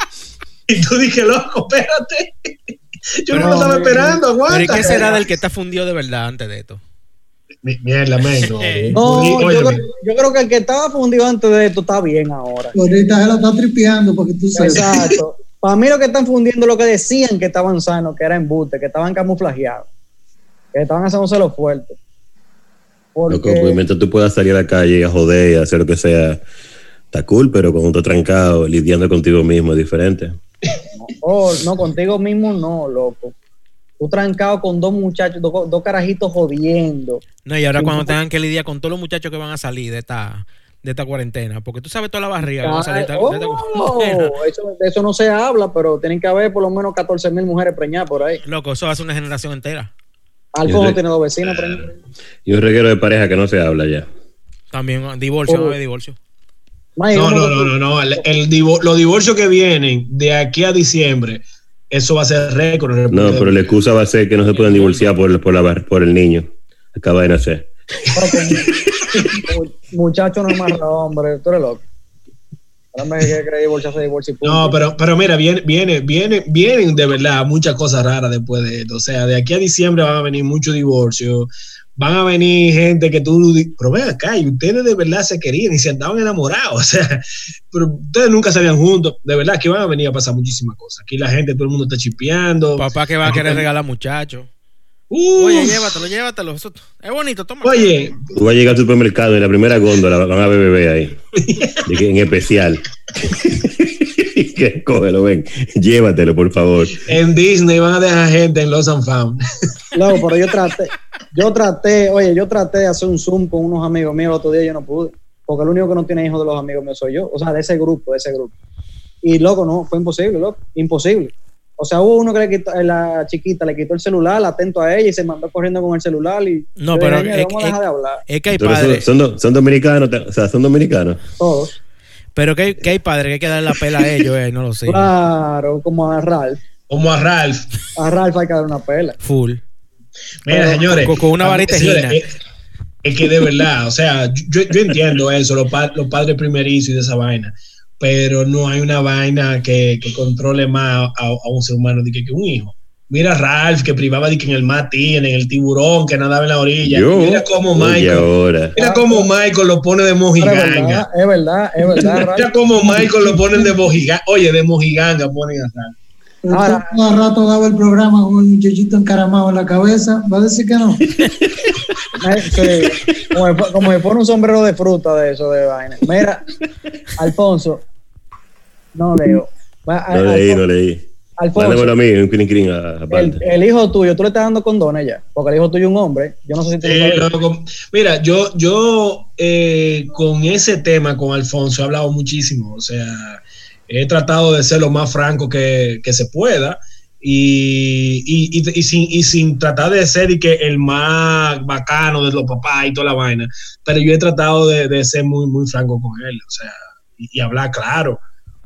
[SPEAKER 3] y tú dije, loco, espérate. Yo no
[SPEAKER 1] Pero,
[SPEAKER 3] me lo estaba
[SPEAKER 1] eh,
[SPEAKER 3] esperando,
[SPEAKER 2] Pero ¿y
[SPEAKER 3] aguanta.
[SPEAKER 2] qué será del que está fundido de verdad antes de esto?
[SPEAKER 3] Mi- Mierda, men, no.
[SPEAKER 1] No,
[SPEAKER 3] Y-
[SPEAKER 1] yo,
[SPEAKER 3] óyeme.
[SPEAKER 1] creo, yo creo que el que estaba fundido antes de esto está bien ahora.
[SPEAKER 5] Ahorita se la está tripeando porque tú sabes.
[SPEAKER 1] Exacto. Para mí lo que están fundiendo es lo que decían que estaban sanos, que era embuste, que estaban camuflajeados, que estaban haciéndose los fuertes.
[SPEAKER 4] Loco, pues, porque
[SPEAKER 1] Porque,
[SPEAKER 4] mientras tú puedas salir a la calle a joder, a hacer lo que sea, está cool, pero cuando estás trancado, lidiando contigo mismo es diferente.
[SPEAKER 1] oh, no, contigo mismo no, loco. Tú trancado con dos muchachos, dos, dos carajitos jodiendo.
[SPEAKER 2] No, y ahora cuando tengan que lidiar con todos los muchachos que van a salir de esta, de esta cuarentena, porque tú sabes toda la barriga que va a salir de esta, de esta
[SPEAKER 1] Oh,
[SPEAKER 2] cuarentena.
[SPEAKER 1] eso, de eso no se habla, pero tienen que haber por lo menos 14 mil mujeres preñadas por ahí.
[SPEAKER 2] Loco, eso hace una generación entera.
[SPEAKER 1] Algo
[SPEAKER 4] Yo
[SPEAKER 1] no
[SPEAKER 4] sé-
[SPEAKER 1] tiene dos vecinos preñadas.
[SPEAKER 4] Y un reguero de pareja que no se habla ya.
[SPEAKER 2] También divorcio,
[SPEAKER 1] Oh.
[SPEAKER 2] no hay divorcio.
[SPEAKER 1] Mike,
[SPEAKER 3] No,
[SPEAKER 1] ¿cómo
[SPEAKER 3] no,
[SPEAKER 1] que
[SPEAKER 3] no,
[SPEAKER 1] tú-
[SPEAKER 3] no, no. El, el divo- los divorcios que vienen de aquí a diciembre, eso va a ser récord. en República
[SPEAKER 4] No, pero la
[SPEAKER 3] Dominicana.
[SPEAKER 4] excusa va a ser que no se pueden divorciar por, por, la, bar- por el niño. Acaba de nacer.
[SPEAKER 1] Pero como- como muchacho no es más hombre, tú eres loco. Ahora me que creí divorciarse divorcio y punto.
[SPEAKER 3] No, pero, pero mira, viene, viene, viene, vienen de verdad muchas cosas raras después de esto. O sea, de aquí a diciembre van a venir muchos divorcios, van a venir gente que tú. di- Pero ven acá, y ustedes de verdad se querían y se andaban enamorados. O sea, pero ustedes nunca salían juntos. De verdad que van a venir a pasar muchísimas cosas. Aquí la gente, todo el mundo está chipeando.
[SPEAKER 2] Papá que va a querer regalar muchachos.
[SPEAKER 3] Uf,
[SPEAKER 2] Oye, llévatelo, llévatelo. Eso es bonito, toma.
[SPEAKER 3] oye,
[SPEAKER 4] Tú vas a llegar al supermercado y en la primera góndola van a ver bebé ahí. De que- en especial. que cógelo, ven. Llévatelo, por favor.
[SPEAKER 3] En Disney van a dejar gente en Los and Found.
[SPEAKER 1] Loco, pero yo traté, yo traté, oye, yo traté de hacer un Zoom con unos amigos míos el otro día y yo no pude. Porque el único que no tiene hijos de los amigos míos soy yo. O sea, de ese grupo, de ese grupo. Y loco, no, fue imposible, loco, imposible. O sea, hubo uno que le quitó, eh, la chiquita le quitó el celular, la atento a ella y se mandó corriendo con el celular y
[SPEAKER 2] No,
[SPEAKER 1] yo
[SPEAKER 2] pero
[SPEAKER 1] dije, "Mira,
[SPEAKER 2] es-
[SPEAKER 1] vamos a
[SPEAKER 2] es-
[SPEAKER 1] dejar de hablar
[SPEAKER 2] Es que hay
[SPEAKER 4] Pero son,
[SPEAKER 2] padres,
[SPEAKER 4] son do- son dominicanos, o sea, son dominicanos.
[SPEAKER 1] todos.
[SPEAKER 2] pero que hay, que hay padres que hay que darle la pela a ellos, eh, no lo sé.
[SPEAKER 1] Claro, como a Ralph.
[SPEAKER 3] Como a Ralph.
[SPEAKER 1] A Ralph hay que dar una pela.
[SPEAKER 2] Full.
[SPEAKER 4] Eh.
[SPEAKER 3] Mira,
[SPEAKER 1] Pero
[SPEAKER 3] señores.
[SPEAKER 2] con- con una varita
[SPEAKER 3] Señores,
[SPEAKER 2] gina.
[SPEAKER 3] Es, es que de verdad, o sea, yo, yo entiendo eso, los, pa- los padres primerizos y de esa vaina. Pero no hay una vaina que, que controle más a, a un ser humano de que, que un hijo. Mira a Ralph que privaba de que en el matín, en el tiburón, que nadaba en la orilla.
[SPEAKER 4] Yo.
[SPEAKER 3] mira cómo
[SPEAKER 4] Oye, oh.
[SPEAKER 3] Michael.
[SPEAKER 4] ahora.
[SPEAKER 3] Mira cómo Michael lo pone de
[SPEAKER 1] Pero es
[SPEAKER 3] mojiganga.
[SPEAKER 1] verdad, es verdad, es verdad,
[SPEAKER 3] Mira
[SPEAKER 1] Ralph.
[SPEAKER 3] cómo Michael lo ponen de mojiganga. Oye, de mojiganga ponen a Ralph.
[SPEAKER 5] Pero tú
[SPEAKER 1] Ahora-
[SPEAKER 5] cada rato daba el programa con un muchachito encaramado en la cabeza. Va a decir que no.
[SPEAKER 1] Eh, sí, como, si fu- como si fuera un sombrero de fruta de eso, de vaina. Mira, Alfonso, no leo. Va, a-
[SPEAKER 4] No leí,
[SPEAKER 1] Alfon-
[SPEAKER 4] no leí.
[SPEAKER 1] Alfonso,
[SPEAKER 4] Mándamelo a mí, un clean clean a- aparte.
[SPEAKER 1] el, el hijo tuyo, tú le estás dando condones ya, porque el hijo tuyo es un hombre. Yo no sé si tú
[SPEAKER 3] Sí,
[SPEAKER 1] lo sabes.
[SPEAKER 3] Eh, loco. Mira, yo, yo eh, con ese tema, con Alfonso, he hablado muchísimo. O sea, he tratado de ser lo más franco que, que se pueda. Y, y- y- y sin, y sin tratar de ser y que el más bacano de los papás y toda la vaina. Pero yo he tratado de, de ser muy, muy franco con él. O sea, y, y hablar claro.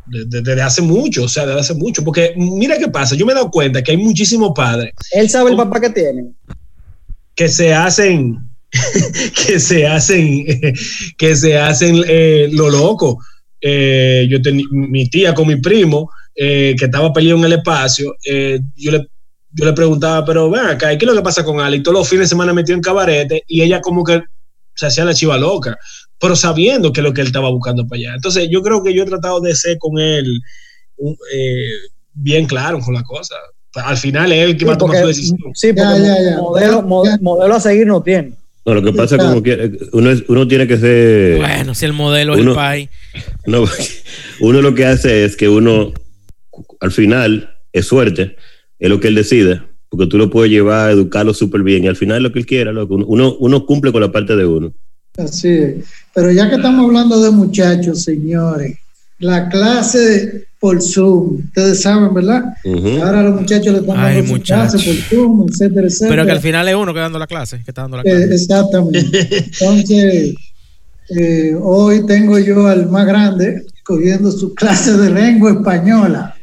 [SPEAKER 3] de- de- Desde hace mucho, o sea, desde hace mucho, porque mira qué pasa, yo me he dado cuenta que hay muchísimos padres
[SPEAKER 1] Él sabe el papá que tiene.
[SPEAKER 3] que se hacen, que se hacen, que se hacen eh, lo loco. Eh, yo tenía mi tía con mi primo, eh, que estaba peleado en el espacio, eh, yo le yo le preguntaba, pero ven acá, ¿y ¿qué es lo que pasa con Alex? Todos los fines de semana metió en cabarete y ella como que se hacía la chiva loca, pero sabiendo que es lo que él estaba buscando para allá. Entonces yo creo que yo he tratado de ser con él un- eh, bien claro con la cosa. Al final es él que va a tomar su
[SPEAKER 1] porque-
[SPEAKER 3] decisión.
[SPEAKER 1] sí, porque
[SPEAKER 5] Ya, ya, ya.
[SPEAKER 1] Modelo, mo-
[SPEAKER 5] Ya.
[SPEAKER 1] modelo a seguir no tiene.
[SPEAKER 4] No, lo que pasa es
[SPEAKER 1] Ah.
[SPEAKER 4] como que eh, uno, es- uno tiene que ser.
[SPEAKER 2] Bueno, si el modelo es el
[SPEAKER 4] Uno-
[SPEAKER 2] país.
[SPEAKER 4] No, uno lo que hace es que uno, al final, es suerte, es lo que él decida, porque tú lo puedes llevar a educarlo súper bien y al final lo que él quiera, loco, uno, uno cumple con la parte de uno.
[SPEAKER 5] Así es. Pero ya que estamos hablando de muchachos, señores, la clase por Zoom, ustedes saben, ¿verdad?
[SPEAKER 1] Ah,
[SPEAKER 4] Ujú.
[SPEAKER 5] Ahora los muchachos le están
[SPEAKER 2] Ay,
[SPEAKER 5] dando su
[SPEAKER 2] muchachos.
[SPEAKER 5] clase por Zoom, etcétera, etcétera.
[SPEAKER 2] Pero que al final es uno que dando la clase, que está dando la
[SPEAKER 5] Eh,
[SPEAKER 2] clase.
[SPEAKER 5] exactamente. Entonces, eh, hoy tengo yo al más grande cogiendo su clase de lengua española.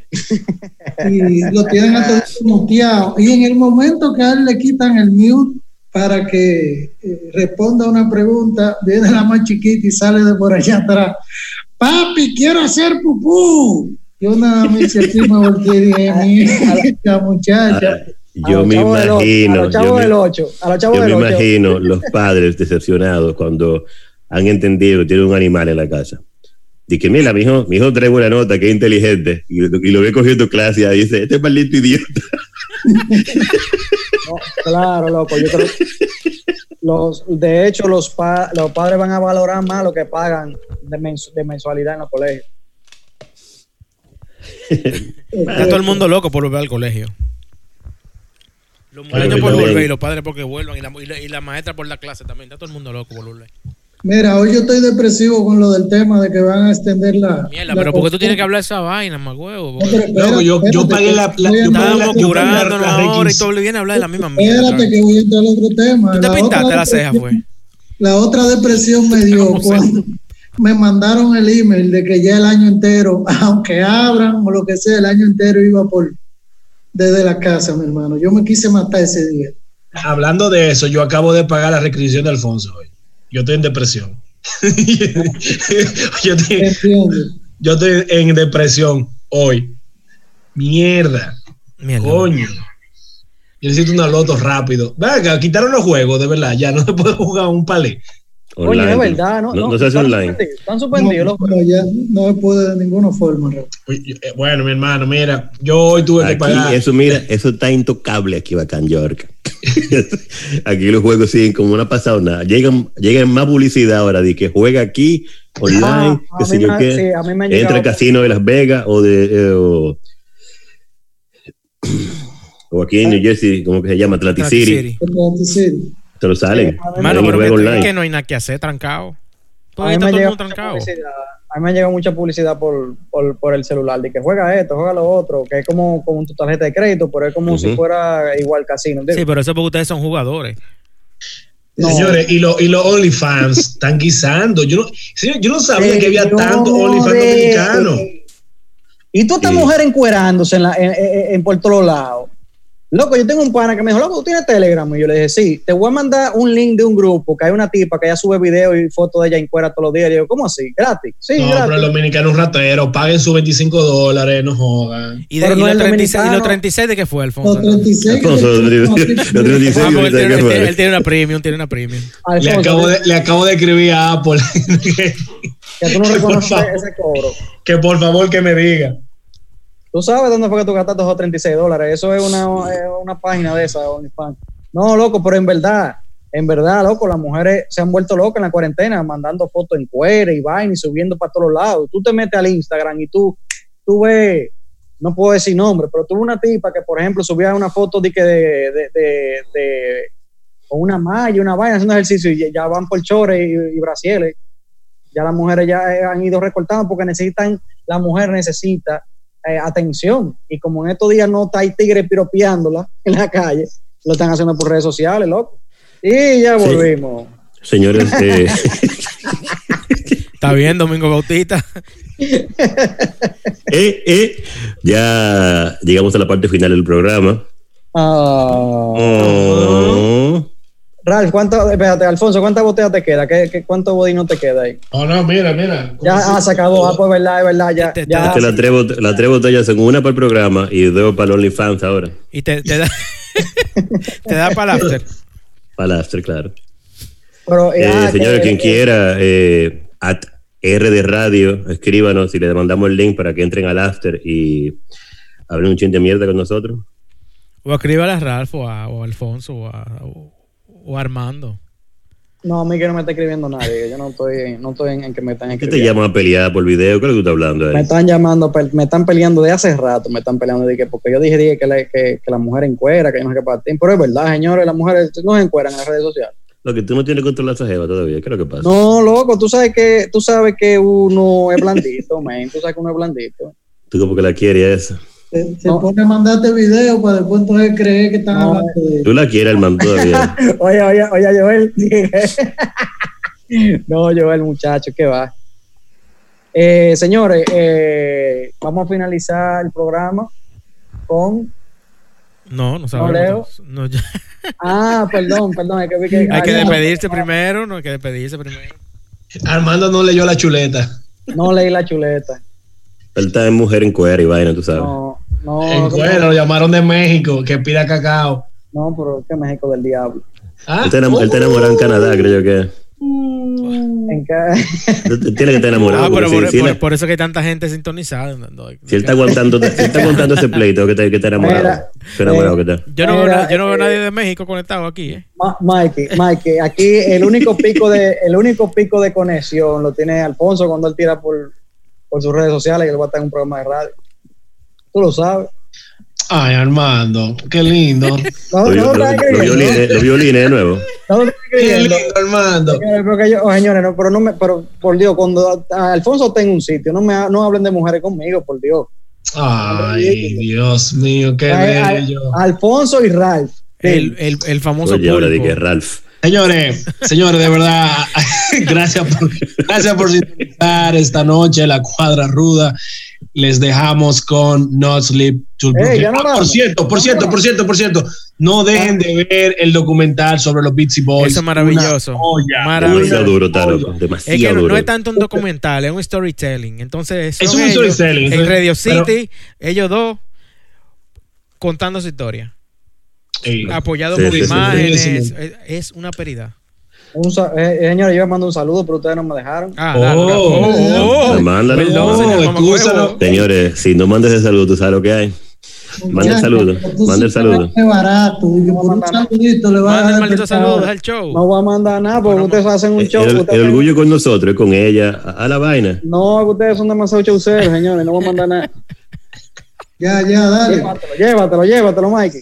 [SPEAKER 5] Y lo tienen a todo muteado. Y en el momento que a él le quitan el mute para que eh, responda una pregunta, viene la más chiquita y sale de por allá atrás. Papi, quiero hacer pupú. Yo nada más hice así, me volteé y dije, "Mierda, muchacha.
[SPEAKER 4] Ahora, Ah, yo me
[SPEAKER 1] A
[SPEAKER 4] imagino,
[SPEAKER 1] los
[SPEAKER 4] yo
[SPEAKER 1] chavos
[SPEAKER 4] me,
[SPEAKER 1] ah, del 8. A los chavos
[SPEAKER 4] yo me
[SPEAKER 1] del 8.
[SPEAKER 4] imagino los padres decepcionados cuando han entendido que tienen un animal en la casa. Dice, mira, mi hijo, mi hijo trae buena nota, que es inteligente, y, y lo ve cogiendo clase y dice, este maldito idiota.
[SPEAKER 1] No, claro, loco. Yo creo que los, de hecho, los, pa- los padres van a valorar más lo que pagan de, mens- de mensualidad en los colegios.
[SPEAKER 2] Está todo el mundo loco por volver al colegio. Los muchachos
[SPEAKER 4] Ay,
[SPEAKER 2] por
[SPEAKER 4] también.
[SPEAKER 2] volver y los padres porque vuelvan y la, y la- y la maestra por la clase también. Está todo el mundo loco por volver.
[SPEAKER 5] Mira, hoy yo estoy depresivo con lo del tema de que van a extender la.
[SPEAKER 2] Mierda,
[SPEAKER 5] la
[SPEAKER 2] pero ¿por qué tú tienes que
[SPEAKER 5] consulta.
[SPEAKER 2] hablar esa vaina, más huevo?
[SPEAKER 5] No, pero espérate,
[SPEAKER 3] Loco, yo- yo
[SPEAKER 5] espérate,
[SPEAKER 3] pagué la- la- yo
[SPEAKER 5] voy a
[SPEAKER 3] pagué
[SPEAKER 5] entrar
[SPEAKER 2] Estábamos
[SPEAKER 5] al
[SPEAKER 3] la-
[SPEAKER 5] otro
[SPEAKER 2] curando
[SPEAKER 3] la- la-
[SPEAKER 2] la hora y
[SPEAKER 3] la-
[SPEAKER 2] todo vienes a hablar de la misma
[SPEAKER 5] tema.
[SPEAKER 2] mierda.
[SPEAKER 5] Espérate que voy a entrar al otro tema.
[SPEAKER 2] ¿Tú te
[SPEAKER 5] La
[SPEAKER 2] pintaste
[SPEAKER 5] otra
[SPEAKER 2] la ceja, fue?
[SPEAKER 5] depresión- La otra depresión me dio
[SPEAKER 2] ¿Cómo se-
[SPEAKER 5] cuando me mandaron el email de que ya el año entero, aunque abran o lo que sea, el año entero iba por desde la casa, mi hermano. Yo me quise matar ese día.
[SPEAKER 3] Hablando de eso, yo acabo de pagar la requisición de Alfonso hoy. Yo estoy en depresión. yo,
[SPEAKER 5] ¿Me
[SPEAKER 3] estoy,
[SPEAKER 5] entiendes?
[SPEAKER 3] yo estoy en depresión hoy. Mierda,
[SPEAKER 2] Mierda.
[SPEAKER 3] coño. Yo necesito una loto rápido. Venga, quitaron los juegos, de verdad. Ya no se puede jugar un palé.
[SPEAKER 1] Oye,
[SPEAKER 4] Online,
[SPEAKER 1] de verdad, no,
[SPEAKER 4] no, no se hace
[SPEAKER 1] están
[SPEAKER 4] online.
[SPEAKER 1] suspendidos, Están
[SPEAKER 5] No,
[SPEAKER 1] suspendidos los juegos.
[SPEAKER 5] no, ya no pude de ninguna forma. Raúl.
[SPEAKER 3] Uy, yo- eh, Bueno, mi hermano, mira, yo hoy tuve que pagar.
[SPEAKER 4] Aquí, eso, mira, eso está intocable aquí, Bacán York. aquí los juegos siguen como no ha pasado nada. Llegan, llegan más publicidad ahora de que juega aquí, online,
[SPEAKER 1] Ah, a
[SPEAKER 4] que sé
[SPEAKER 1] mí
[SPEAKER 4] yo
[SPEAKER 1] me-
[SPEAKER 4] qué.
[SPEAKER 1] sí, a mí me han
[SPEAKER 4] Entra al
[SPEAKER 1] llegado-
[SPEAKER 4] casino de Las Vegas o de. eh, o, o aquí en New Jersey, como que se llama? Atlantic
[SPEAKER 2] Atlantic
[SPEAKER 4] City.
[SPEAKER 2] City.
[SPEAKER 5] Atlantic City.
[SPEAKER 4] Te lo salen.
[SPEAKER 2] Mano,
[SPEAKER 4] Ahí
[SPEAKER 2] pero que,
[SPEAKER 4] juega
[SPEAKER 2] tú-
[SPEAKER 4] online.
[SPEAKER 2] que no hay nada que hacer, trancado.
[SPEAKER 1] A
[SPEAKER 2] Todavía
[SPEAKER 1] mí
[SPEAKER 2] está
[SPEAKER 1] me
[SPEAKER 2] todo el
[SPEAKER 1] llega
[SPEAKER 2] mundo
[SPEAKER 1] mucha
[SPEAKER 2] trancado.
[SPEAKER 1] publicidad. A mí me llega mucha publicidad por, por, por el celular, de que juega esto, juega lo otro, que es como, como tu tarjeta de crédito, pero es como si
[SPEAKER 4] Ujú.
[SPEAKER 1] fuera igual casino.
[SPEAKER 2] Sí, pero eso es porque ustedes son jugadores.
[SPEAKER 1] No.
[SPEAKER 3] Señores, y los y los OnlyFans están guisando. Yo no, señor, yo no sabía que había tanto OnlyFans
[SPEAKER 1] Señores,
[SPEAKER 3] dominicano.
[SPEAKER 1] eh, Y tú esta
[SPEAKER 4] Sí.
[SPEAKER 1] mujer encuerándose en, la, en, en- en por todos lados. Loco, yo tengo un pana que me dijo, loco, ¿tú tienes Telegram? Y yo le dije, sí, te voy a mandar un link de un grupo que hay una tipa que ella sube videos y fotos de ella encuera todos los días. Y yo, ¿cómo así? ¿Gratis? Sí,
[SPEAKER 3] No,
[SPEAKER 1] gratis.
[SPEAKER 3] pero el dominicano es ratero, paguen sus 25 dólares, no jodan.
[SPEAKER 2] ¿Y, de,
[SPEAKER 1] Pero
[SPEAKER 2] y
[SPEAKER 1] no
[SPEAKER 2] los
[SPEAKER 1] el
[SPEAKER 2] 36, ¿Y los
[SPEAKER 1] dominicano.
[SPEAKER 2] 36 de qué fue,
[SPEAKER 5] Los
[SPEAKER 2] Alfonso?
[SPEAKER 5] 36 que
[SPEAKER 4] Alfonso,
[SPEAKER 5] le-
[SPEAKER 4] los 36, los 36.
[SPEAKER 2] Ah, porque él tiene,
[SPEAKER 4] ¿Qué
[SPEAKER 2] él
[SPEAKER 4] fue?
[SPEAKER 2] tiene- él tiene una premium, tiene una premium.
[SPEAKER 3] Le
[SPEAKER 1] Alfonso,
[SPEAKER 3] acabo, de, le acabo de escribir a Apple que,
[SPEAKER 1] que tú no
[SPEAKER 3] Por
[SPEAKER 1] reconoces
[SPEAKER 3] favor.
[SPEAKER 1] ese cobro.
[SPEAKER 3] que por favor que me diga.
[SPEAKER 1] Tú sabes dónde fue que tú gastaste esos 36 dólares. Eso es una, es una página de esa, OnlyFans. No, loco, pero en verdad, en verdad, loco, las mujeres se han vuelto locas en la cuarentena, mandando fotos en cuero y vaina y subiendo para todos lados. Tú te metes al Instagram y tú, tú ves no puedo decir nombre, pero tuve una tipa que, por ejemplo, subía una foto de que de, de, de, de- con una malla, una vaina haciendo ejercicio y ya van por chores y, y brasieles. Ya las mujeres ya eh, han ido recortando porque necesitan, la mujer necesita eh, atención. Y como en estos días no está hay tigres piropeándola en la calle, lo están haciendo por redes sociales, loco. Y ya
[SPEAKER 4] Sí.
[SPEAKER 1] volvimos.
[SPEAKER 4] Señores, eh,
[SPEAKER 2] Está bien, Domingo Bautista.
[SPEAKER 4] eh, eh, ya llegamos a la parte final del programa.
[SPEAKER 1] Ah.
[SPEAKER 4] Mm. Oh.
[SPEAKER 1] Ralph, ¿cuánto, espérate, Alfonso, ¿cuántas botellas te queda? ¿Qué, qué, cuánto bodino te queda ahí?
[SPEAKER 3] Oh, no, mira, mira.
[SPEAKER 1] Ya ha sacado, ah, pues verdad, es verdad, ya.
[SPEAKER 2] Te- te-
[SPEAKER 1] ya.
[SPEAKER 4] Este la, tres, bot- las tres botellas son una para el programa y dos para el OnlyFans ahora.
[SPEAKER 2] Y te, te da, te da para el after.
[SPEAKER 4] Para el after, claro.
[SPEAKER 1] Pero,
[SPEAKER 4] Eh,
[SPEAKER 1] ah,
[SPEAKER 4] señores,
[SPEAKER 1] que-
[SPEAKER 4] quien
[SPEAKER 1] que-
[SPEAKER 4] quiera, eh, at R de Radio, escríbanos y le mandamos el link para que entren al after y hablen un chin de mierda con nosotros.
[SPEAKER 2] O escríbale a Ralph o a, o a Alfonso o a, o- o a Armando.
[SPEAKER 1] No, a mí que no me está escribiendo nadie. Yo no estoy, en- no estoy en, en que me están
[SPEAKER 4] ¿Qué te
[SPEAKER 1] escribiendo.
[SPEAKER 4] llaman a pelear por video? ¿Qué es lo que tú estás hablando?
[SPEAKER 1] Me
[SPEAKER 4] Eric?
[SPEAKER 1] están llamando, pe- me están peleando de hace rato, me están peleando de que porque yo dije, dije que, la, que, que la mujer encuera, que yo no sé qué patín. Pero es verdad, señores, las mujeres no se encueran en las redes sociales.
[SPEAKER 4] Lo que tú no tienes control de esa jeva todavía. ¿Qué es lo que pasa?
[SPEAKER 1] No, loco, tú sabes que, tú sabes que uno es blandito, man. Tú sabes que uno es blandito.
[SPEAKER 4] Tú como que la quieres esa.
[SPEAKER 5] Se, se
[SPEAKER 1] No.
[SPEAKER 5] pone a mandarte video para después entonces creer que están
[SPEAKER 1] No.
[SPEAKER 5] hablando de
[SPEAKER 4] Tú la quieres, hermano, todavía.
[SPEAKER 1] Oye, oye, oye, Joel. no, Joel, muchacho, que va. Eh, señores, eh, vamos a finalizar el programa con.
[SPEAKER 2] No, no
[SPEAKER 1] leo.
[SPEAKER 2] sabemos. No, ya-
[SPEAKER 1] Ah, perdón, perdón, es que vi que.
[SPEAKER 2] Hay que
[SPEAKER 1] ah, no,
[SPEAKER 2] despedirse primero, no hay que despedirse primero.
[SPEAKER 3] Armando no leyó la chuleta.
[SPEAKER 1] No leí la chuleta.
[SPEAKER 4] Él está en mujer en cuera y vaina, tú sabes.
[SPEAKER 1] No, no.
[SPEAKER 3] En cuero, lo llamaron de México, que pida cacao.
[SPEAKER 1] No, pero que México del diablo.
[SPEAKER 3] Ah,
[SPEAKER 4] Él está enam- él está
[SPEAKER 1] Uh.
[SPEAKER 4] enamorado en Canadá, creo yo que.
[SPEAKER 1] En que,
[SPEAKER 4] Él Tiene que estar enamorado.
[SPEAKER 2] Ah, pero por,
[SPEAKER 4] porque si- si él-
[SPEAKER 2] por- por eso que hay tanta gente sintonizada. no, no,
[SPEAKER 4] Si él está aguantando, si él está aguantando ese pleito, que está, que está enamorado.
[SPEAKER 1] Mira,
[SPEAKER 4] Qué enamorado que está.
[SPEAKER 2] yo no, veo,
[SPEAKER 1] Mira,
[SPEAKER 2] na- yo no veo
[SPEAKER 1] eh,
[SPEAKER 2] nadie de México conectado aquí, ¿eh?
[SPEAKER 1] Ma- Mikey, Mikey, aquí el único pico de el único pico de conexión lo tiene Alfonso cuando él tira por, por sus redes sociales y él va a estar en un programa de radio. Tú lo sabes.
[SPEAKER 3] Ay, Armando, qué lindo.
[SPEAKER 1] No, no,
[SPEAKER 4] Lo, vio- lo,
[SPEAKER 1] estás
[SPEAKER 4] lo violines,
[SPEAKER 1] escribiendo.
[SPEAKER 4] lo violines de nuevo.
[SPEAKER 1] No, no estás
[SPEAKER 3] qué
[SPEAKER 1] escribiendo.
[SPEAKER 3] lindo, Armando.
[SPEAKER 1] Señores, pero que yo- oh, señores, no, pero no me, pero por Dios, cuando a- a Alfonso tenga un sitio, no me ha- no hablen de mujeres conmigo, por Dios.
[SPEAKER 3] Ay, Dios mío, qué
[SPEAKER 1] Ay, ay,
[SPEAKER 3] bello.
[SPEAKER 1] Alfonso y Ralph.
[SPEAKER 2] El, el, el famoso
[SPEAKER 4] Oye, ahora dije
[SPEAKER 2] pulpo.
[SPEAKER 4] Ralph.
[SPEAKER 3] Señores, señores, de verdad, gracias por, gracias por sintonizar esta noche la cuadra ruda. Les dejamos con No Sleep Till
[SPEAKER 1] Ey,
[SPEAKER 3] Brooklyn.
[SPEAKER 1] ya no
[SPEAKER 3] Ah, por
[SPEAKER 1] hablamos.
[SPEAKER 3] cierto, por
[SPEAKER 1] No
[SPEAKER 3] cierto, por
[SPEAKER 1] hablamos.
[SPEAKER 3] cierto, por cierto, no dejen de ver el documental sobre los Beatsy Boys.
[SPEAKER 2] Eso es maravilloso.
[SPEAKER 3] Una joya.
[SPEAKER 2] Maravilloso.
[SPEAKER 4] Demasiado duro, está loco.
[SPEAKER 2] Es que no,
[SPEAKER 4] Demasiado
[SPEAKER 2] no
[SPEAKER 4] duro.
[SPEAKER 2] es tanto un documental, es un storytelling. Entonces,
[SPEAKER 3] Es
[SPEAKER 2] son
[SPEAKER 3] un
[SPEAKER 2] ellos
[SPEAKER 3] storytelling,
[SPEAKER 2] En
[SPEAKER 3] entonces,
[SPEAKER 2] Radio
[SPEAKER 3] pero-
[SPEAKER 2] City, ellos dos contando su historia.
[SPEAKER 3] Ey,
[SPEAKER 2] Apoyado
[SPEAKER 4] Sí,
[SPEAKER 2] por
[SPEAKER 4] sí, sí, sí.
[SPEAKER 2] imágenes.
[SPEAKER 3] Sí, sí.
[SPEAKER 2] Es, es una peridad.
[SPEAKER 1] Un sa- eh, eh, señores, yo les mando un saludo, pero ustedes no me dejaron.
[SPEAKER 2] Ah,
[SPEAKER 3] Oh.
[SPEAKER 2] da- da- oh, oh,
[SPEAKER 4] Pero mándalo.
[SPEAKER 2] Perdón, señor
[SPEAKER 3] Oh,
[SPEAKER 2] mamacuevo.
[SPEAKER 3] excúsalo.
[SPEAKER 4] Señores, si no mandas el saludo, tú sabes lo que hay. Manda el saludo,
[SPEAKER 5] Tú
[SPEAKER 4] manda el saludo.
[SPEAKER 5] Es barato. Y que por un saludito le va a
[SPEAKER 2] Manda
[SPEAKER 5] dar
[SPEAKER 2] el maldito
[SPEAKER 5] pescado.
[SPEAKER 2] saludo, deja el
[SPEAKER 1] No
[SPEAKER 2] show.
[SPEAKER 1] voy a mandar nada porque ustedes hacen un
[SPEAKER 4] El,
[SPEAKER 1] show.
[SPEAKER 4] el-
[SPEAKER 1] ustedes-
[SPEAKER 4] el orgullo con nosotros, es con ella, a, a la vaina.
[SPEAKER 1] No, ustedes son demasiado chauceros, señores. No voy a mandar nada.
[SPEAKER 5] Ya, ya, dale.
[SPEAKER 1] Llévatelo, llévatelo, llévatelo, Mikey.